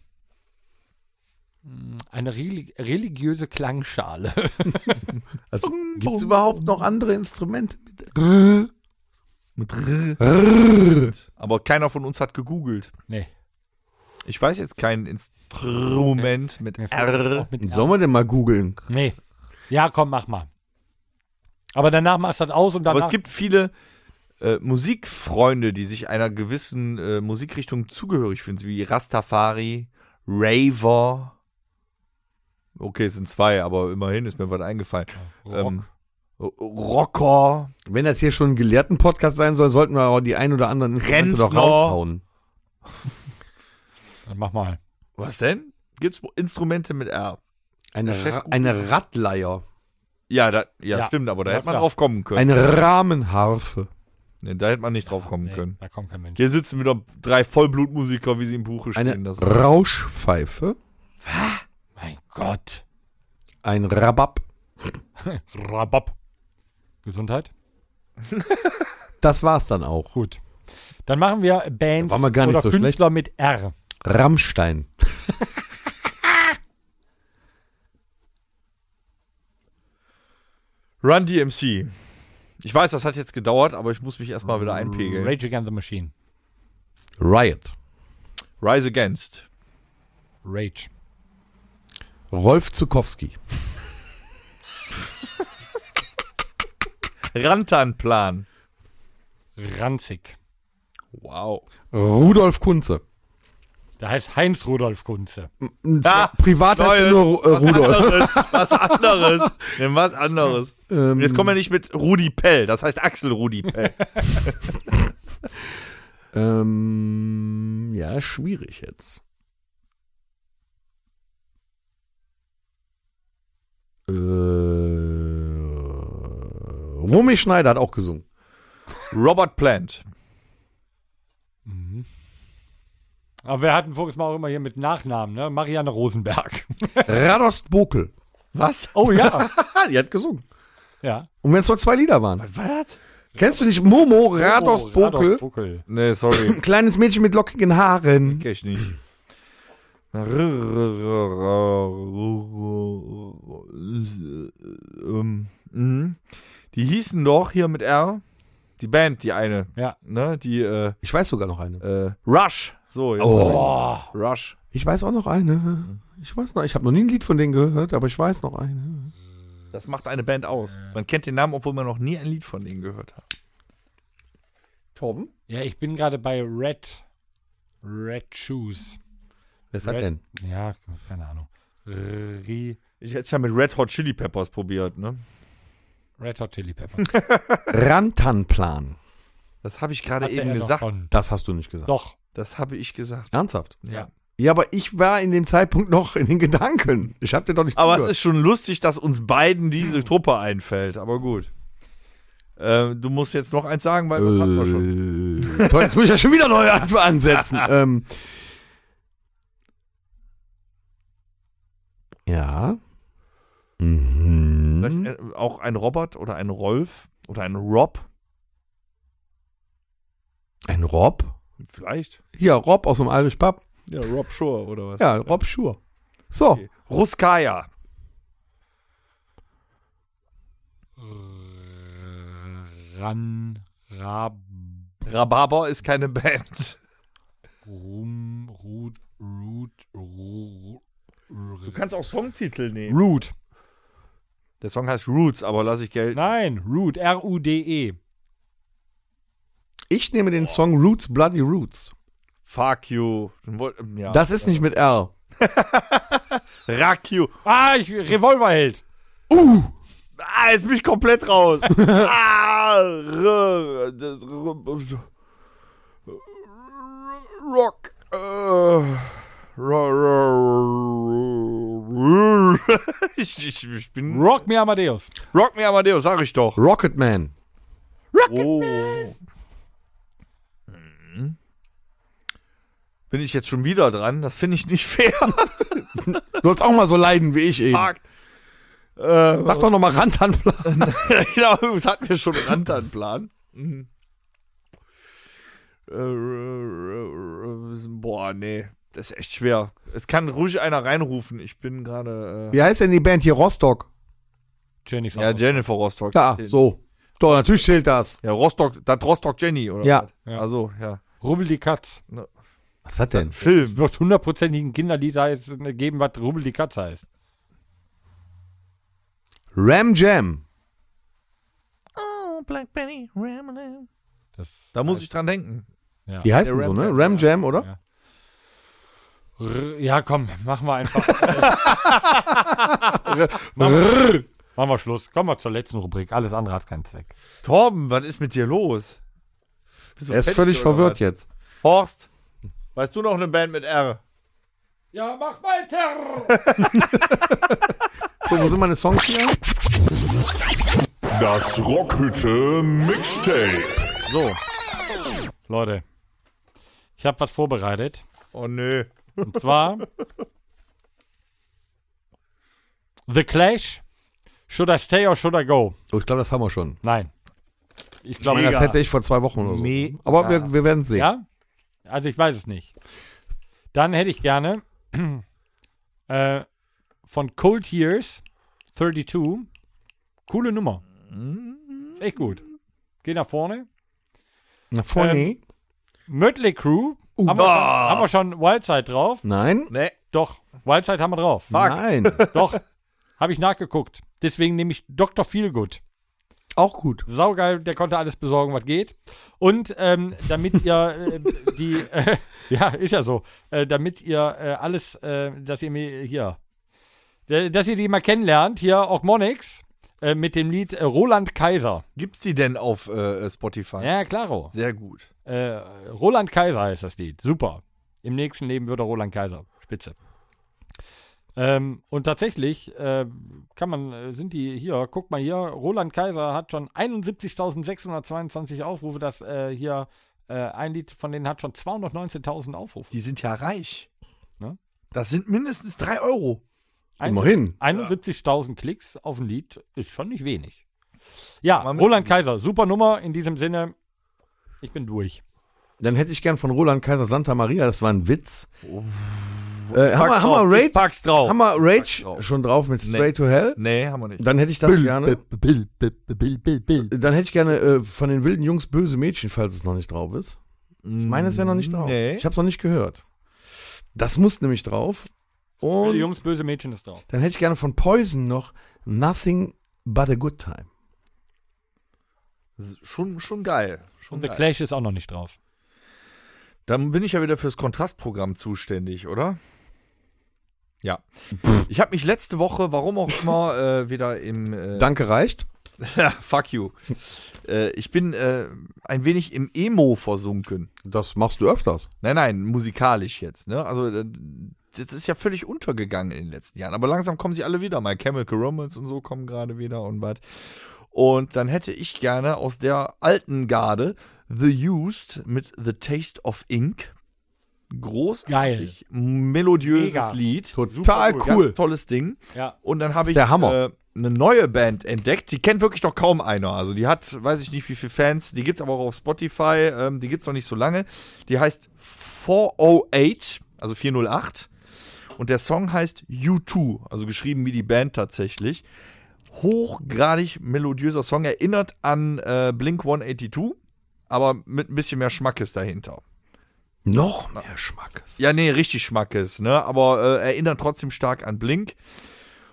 hm, eine reli- religiöse Klangschale.
Also, gibt's überhaupt noch andere Instrumente mit?
Mit R.
Rrrr.
Aber keiner von uns hat gegoogelt.
nee.
Ich weiß jetzt kein Instrument mit
mir fällt
R.
auch mit
Sollen wir denn mal googeln?
Nee. Ja, komm, mach mal. Aber danach machst du das aus und
Aber
danach.
es gibt viele äh, Musikfreunde, die sich einer gewissen äh, Musikrichtung zugehörig fühlen, wie Rastafari, Raver. Okay, es sind zwei, aber immerhin ist mir was eingefallen. Ähm, R- Rocker.
Wenn das hier schon ein Gelehrten-Podcast sein soll, sollten wir auch die ein oder anderen Instrumente doch
Rentner.
raushauen.
Dann mach mal.
Was denn? Gibt's Instrumente mit R?
Eine,
Chef
Ra
googelt.
eine Rattleier.
Ja, da, ja,
Ja.
stimmt, aber da
Ja,
hätte man
klar.
drauf kommen können.
Eine Rahmenharfe.
Nee, da hätte man nicht drauf kommen
Nee,
können.
Da kommt kein Mensch.
Hier sitzen wieder drei Vollblutmusiker, wie sie im Buche
Eine
stehen. Das
Rauschpfeife.
Mein Gott.
Ein Rabab.
Rabab. Gesundheit.
Das war's dann auch.
Gut. Dann machen wir Bands
Da waren wir gar nicht
oder
so schlecht.
Künstler mit R.
Rammstein.
Run DMC. Ich weiß, das hat jetzt gedauert, aber ich muss mich erstmal wieder einpegeln.
Rage Against the Machine.
Riot.
Rise Against.
Rage.
Rolf Zukowski.
Rantanplan.
Ranzig.
Wow.
Rudolf Kunze.
Der heißt Heinz Rudolf Kunze.
Ah,
Ja,
Privat heißt er nur äh,
was
Rudolf.
anderes, was anderes, Nimm was anderes.
Ähm.
Jetzt kommen wir nicht mit Rudi Pell, das heißt Axel Rudi Pell.
Ähm, ja, schwierig jetzt. Äh, Romy Schneider hat auch gesungen.
Robert Plant.
Aber wir hatten voriges Mal auch immer hier mit Nachnamen, ne? Marianne Rosenberg.
Radost Bokel.
Was?
Oh ja.
Ah, die hat gesungen.
ja.
Und wenn es nur zwei Lieder waren.
Was war das?
Kennst du nicht Momo Radost
Oh, Radost
Bokel?
Bokel.
Nee, sorry,
Ein kleines Mädchen mit lockigen Haaren.
kenn ich nicht. Ähm, mhm. Die hießen doch hier mit R, die Band, die eine,
Ja.
ne, die äh,
Ich weiß sogar noch eine.
äh, Rush. So, jetzt
Oh.
Rush.
Ich weiß auch noch eine. Mhm. Ich weiß noch, ich habe noch nie ein Lied von denen gehört, aber ich weiß noch eine.
Das macht eine Band aus. Man kennt den Namen, obwohl man noch nie ein Lied von denen gehört hat.
Torben?
Ja, ich bin gerade bei Red. Red Shoes.
Wer ist das
Red-
denn?
Ja, keine Ahnung. Ri-
Ich hätte es ja mit Red Hot Chili Peppers probiert, ne?
Red Hot Chili Peppers.
Rantanplan.
Das habe ich gerade
Hatte
eben
er doch
gesagt.
schon.
Das hast du nicht gesagt.
Doch.
Das habe ich gesagt.
Ernsthaft?
Ja.
Ja, aber ich war in dem Zeitpunkt noch in den Gedanken. Ich habe dir doch nicht
Aber es
zugehört.
ist schon lustig, dass uns beiden diese Truppe einfällt. Aber gut. Ähm, du musst jetzt noch eins sagen, weil das hatten wir schon.
äh, toll, jetzt muss ich ja schon wieder neu an- ansetzen. ähm, ja. Mhm.
Vielleicht, äh, auch ein Robert oder ein Rolf oder ein Rob.
Ein Rob?
Vielleicht.
Hier, Rob aus dem Irish Pub.
Ja, Rob Shore oder was?
Ja, Rob Schur. So.
Okay. Ruskaya.
Ran, Rab,
Rhabarber ist keine Band.
Rum, Rut, Rut, Rut.
Du kannst auch Songtitel nehmen.
Root.
Der Song heißt Roots, aber lass ich gelten.
Nein, Root, R-U-D-E.
Ich nehme den Song Roots, Bloody Roots.
Fuck you. Dann woll- ähm, Ja.
Das ist nicht mit R.
Rack you.
Ah, ich, Revolverheld.
Ah, jetzt bin ich komplett raus. ah, r, das, r, rock. Äh, r, r, r, ich, ich, ich bin
Rock me Amadeus.
Rock me Amadeus, sag ich doch.
Rocketman.
Oh. Hm. Bin ich jetzt schon wieder dran? Das finde ich nicht fair.
Du sollst auch mal so leiden wie ich eben.
Fuck. Äh,
Sag doch noch mal Rantanplan.
genau, das hatten wir schon Rantanplan. Mhm. Äh, äh, äh, Boah, nee, das ist echt schwer. Es kann ruhig einer reinrufen. Ich bin gerade. Äh,
Wie heißt denn die Band hier? Rostock.
Jennifer.
ja, Jennifer Rostock.
Ja, so. Doch, natürlich zählt das.
Ja, Rostock, das Rostock Jenny, oder?
Ja.
was? Also, ja.
Rubbel die Katz.
Was hat denn?
Film.
Wird hundertprozentigen Kinderlied heißt, geben, was Rubbel die Katz heißt.
Ram Jam.
Das
Da muss ich dran denken.
Ja.
Die heißen
Der
so,
Ram
ne?
Jam,
Ram Jam, oder?
Ja. R- Ja, komm, machen wir einfach. machen, wir, machen wir Schluss. Kommen wir zur letzten Rubrik. Alles andere hat keinen Zweck.
Torben, was ist mit dir los? Bist du
Er ist
fertig
völlig
oder
verwirrt
was?
jetzt.
Horst, weißt du noch eine Band mit R?
Ja, mach weiter!
So, wo sind meine Songs hier?
Das Rockhütte Mixtape.
So. Leute, ich habe was vorbereitet.
Oh, nö.
Und zwar The Clash. Should I stay or should I go?
Oh, ich glaube, das haben wir schon.
Nein. Ich
Ich
glaube,
meine, das
das
hätte ich vor zwei Wochen oder so.
Mega.
Aber wir, wir werden sehen.
Ja? Also ich weiß es nicht. Dann hätte ich gerne äh, von Cold Years 32. Coole Nummer. Ist Echt gut. Geh nach vorne.
Na, vorne?
Ähm, Mötley Crew. haben, wir schon, haben wir schon Wildside drauf?
Nein?
Nee.
Doch. Wildside haben wir drauf.
Nein.
Doch. Habe ich nachgeguckt. Deswegen nehme ich Dr. Feelgood.
Auch gut.
Saugeil, der konnte alles besorgen, was geht. Und ähm, damit ihr äh, die, äh, ja, ist ja so, äh, damit ihr äh, alles, äh, dass ihr mir hier, äh, dass ihr die mal kennenlernt, hier Ogmonix äh, mit dem Lied äh, Roland Kaiser.
Gibt's die denn auf äh, Spotify?
Ja, klaro.
Sehr gut.
Äh, Roland Kaiser heißt das Lied. Super. Im nächsten Leben wird er Roland Kaiser. Spitze. Ähm, und tatsächlich äh, kann man, äh, sind die hier, guck mal hier, Roland Kaiser hat schon 71.622 Aufrufe, das äh, hier, äh, ein Lied von denen hat schon 219.000 Aufrufe.
Die sind ja reich.
Ne?
Das sind mindestens 3 Euro.
Ein-
Immerhin.
71.000 Klicks auf ein Lied ist schon nicht wenig. Ja,
Mal mit-
Roland Kaiser, super Nummer in diesem Sinne. Ich bin durch.
Dann hätte ich gern von Roland Kaiser Santa Maria, das war ein Witz. Äh, haben, wir,
Pack's
haben,
drauf,
wir
ich
Rage,
Pack's drauf.
haben wir Rage
drauf.
schon drauf mit
Nee.
Straight to Hell?
nee, haben wir nicht.
Dann hätte ich das gerne.
Bill, Bill, Bill, Bill, Bill.
Dann hätte ich gerne äh, von den wilden Jungs böse Mädchen, falls es noch nicht drauf ist. Ich meine, es wäre noch nicht drauf.
Nee.
Ich habe es noch nicht gehört. Das muss nämlich drauf.
Böse
Und
Jungs, böse Mädchen ist drauf.
dann hätte ich gerne von Poison noch Nothing But a Good Time.
Das ist schon, schon geil. Schon
Und The
geil.
Clash ist auch noch nicht drauf.
Dann bin ich ja wieder fürs Kontrastprogramm zuständig, oder? Ja. Ich habe mich letzte Woche, warum auch immer, äh, wieder im äh,
Danke reicht.
Fuck you. äh, ich bin äh, ein wenig im Emo versunken.
Das machst du öfters.
Nein, nein, musikalisch jetzt. Ne? Also äh, das ist ja völlig untergegangen in den letzten Jahren. Aber langsam kommen sie alle wieder. My Chemical Romance und so kommen gerade wieder und was. Und dann hätte ich gerne aus der alten Garde The Used mit The Taste of Ink. Großartig. Melodiöses
Mega.
Lied.
Total
Ganz
cool.
tolles Ding.
Ja.
Und dann habe
Ist
ich
der Hammer.
Äh, eine neue Band entdeckt. Die kennt wirklich noch kaum einer. Also die hat, weiß ich nicht, wie viele Fans. Die gibt's aber auch auf Spotify. Ähm, die gibt's noch nicht so lange. Die heißt 408, also 408. Und der Song heißt U2, also geschrieben wie die Band tatsächlich. Hochgradig melodiöser Song, erinnert an äh, Blink 182, aber mit ein bisschen mehr Schmackes dahinter.
Noch mehr Schmackes.
Ja, nee, richtig Schmackes, ne? Aber äh, erinnert trotzdem stark an Blink.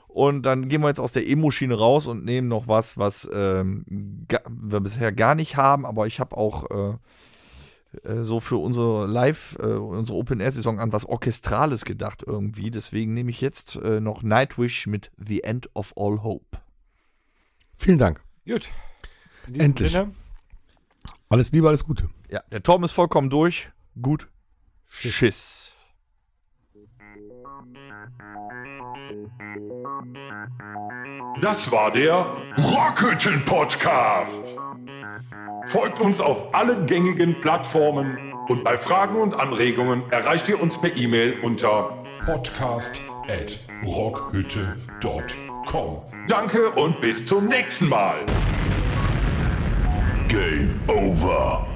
Und dann gehen wir jetzt aus der Emo-Schiene raus und nehmen noch was, was ähm, ga, wir bisher gar nicht haben, aber ich habe auch äh, äh, so für unsere Live, äh, unsere Open-Air-Saison an was Orchestrales gedacht irgendwie. Deswegen nehme ich jetzt äh, noch Nightwish mit The End of All Hope.
Vielen Dank.
Gut. In diesem
Endlich.
Sinne,
Alles Liebe, alles Gute.
Ja, der Torben ist vollkommen durch. Gut. Schiss.
Das war der Rockhütten Podcast.
Folgt uns auf allen gängigen Plattformen und bei Fragen und Anregungen erreicht ihr uns per E-Mail unter podcast at rockhütte.com. Danke und bis zum nächsten Mal.
Game over.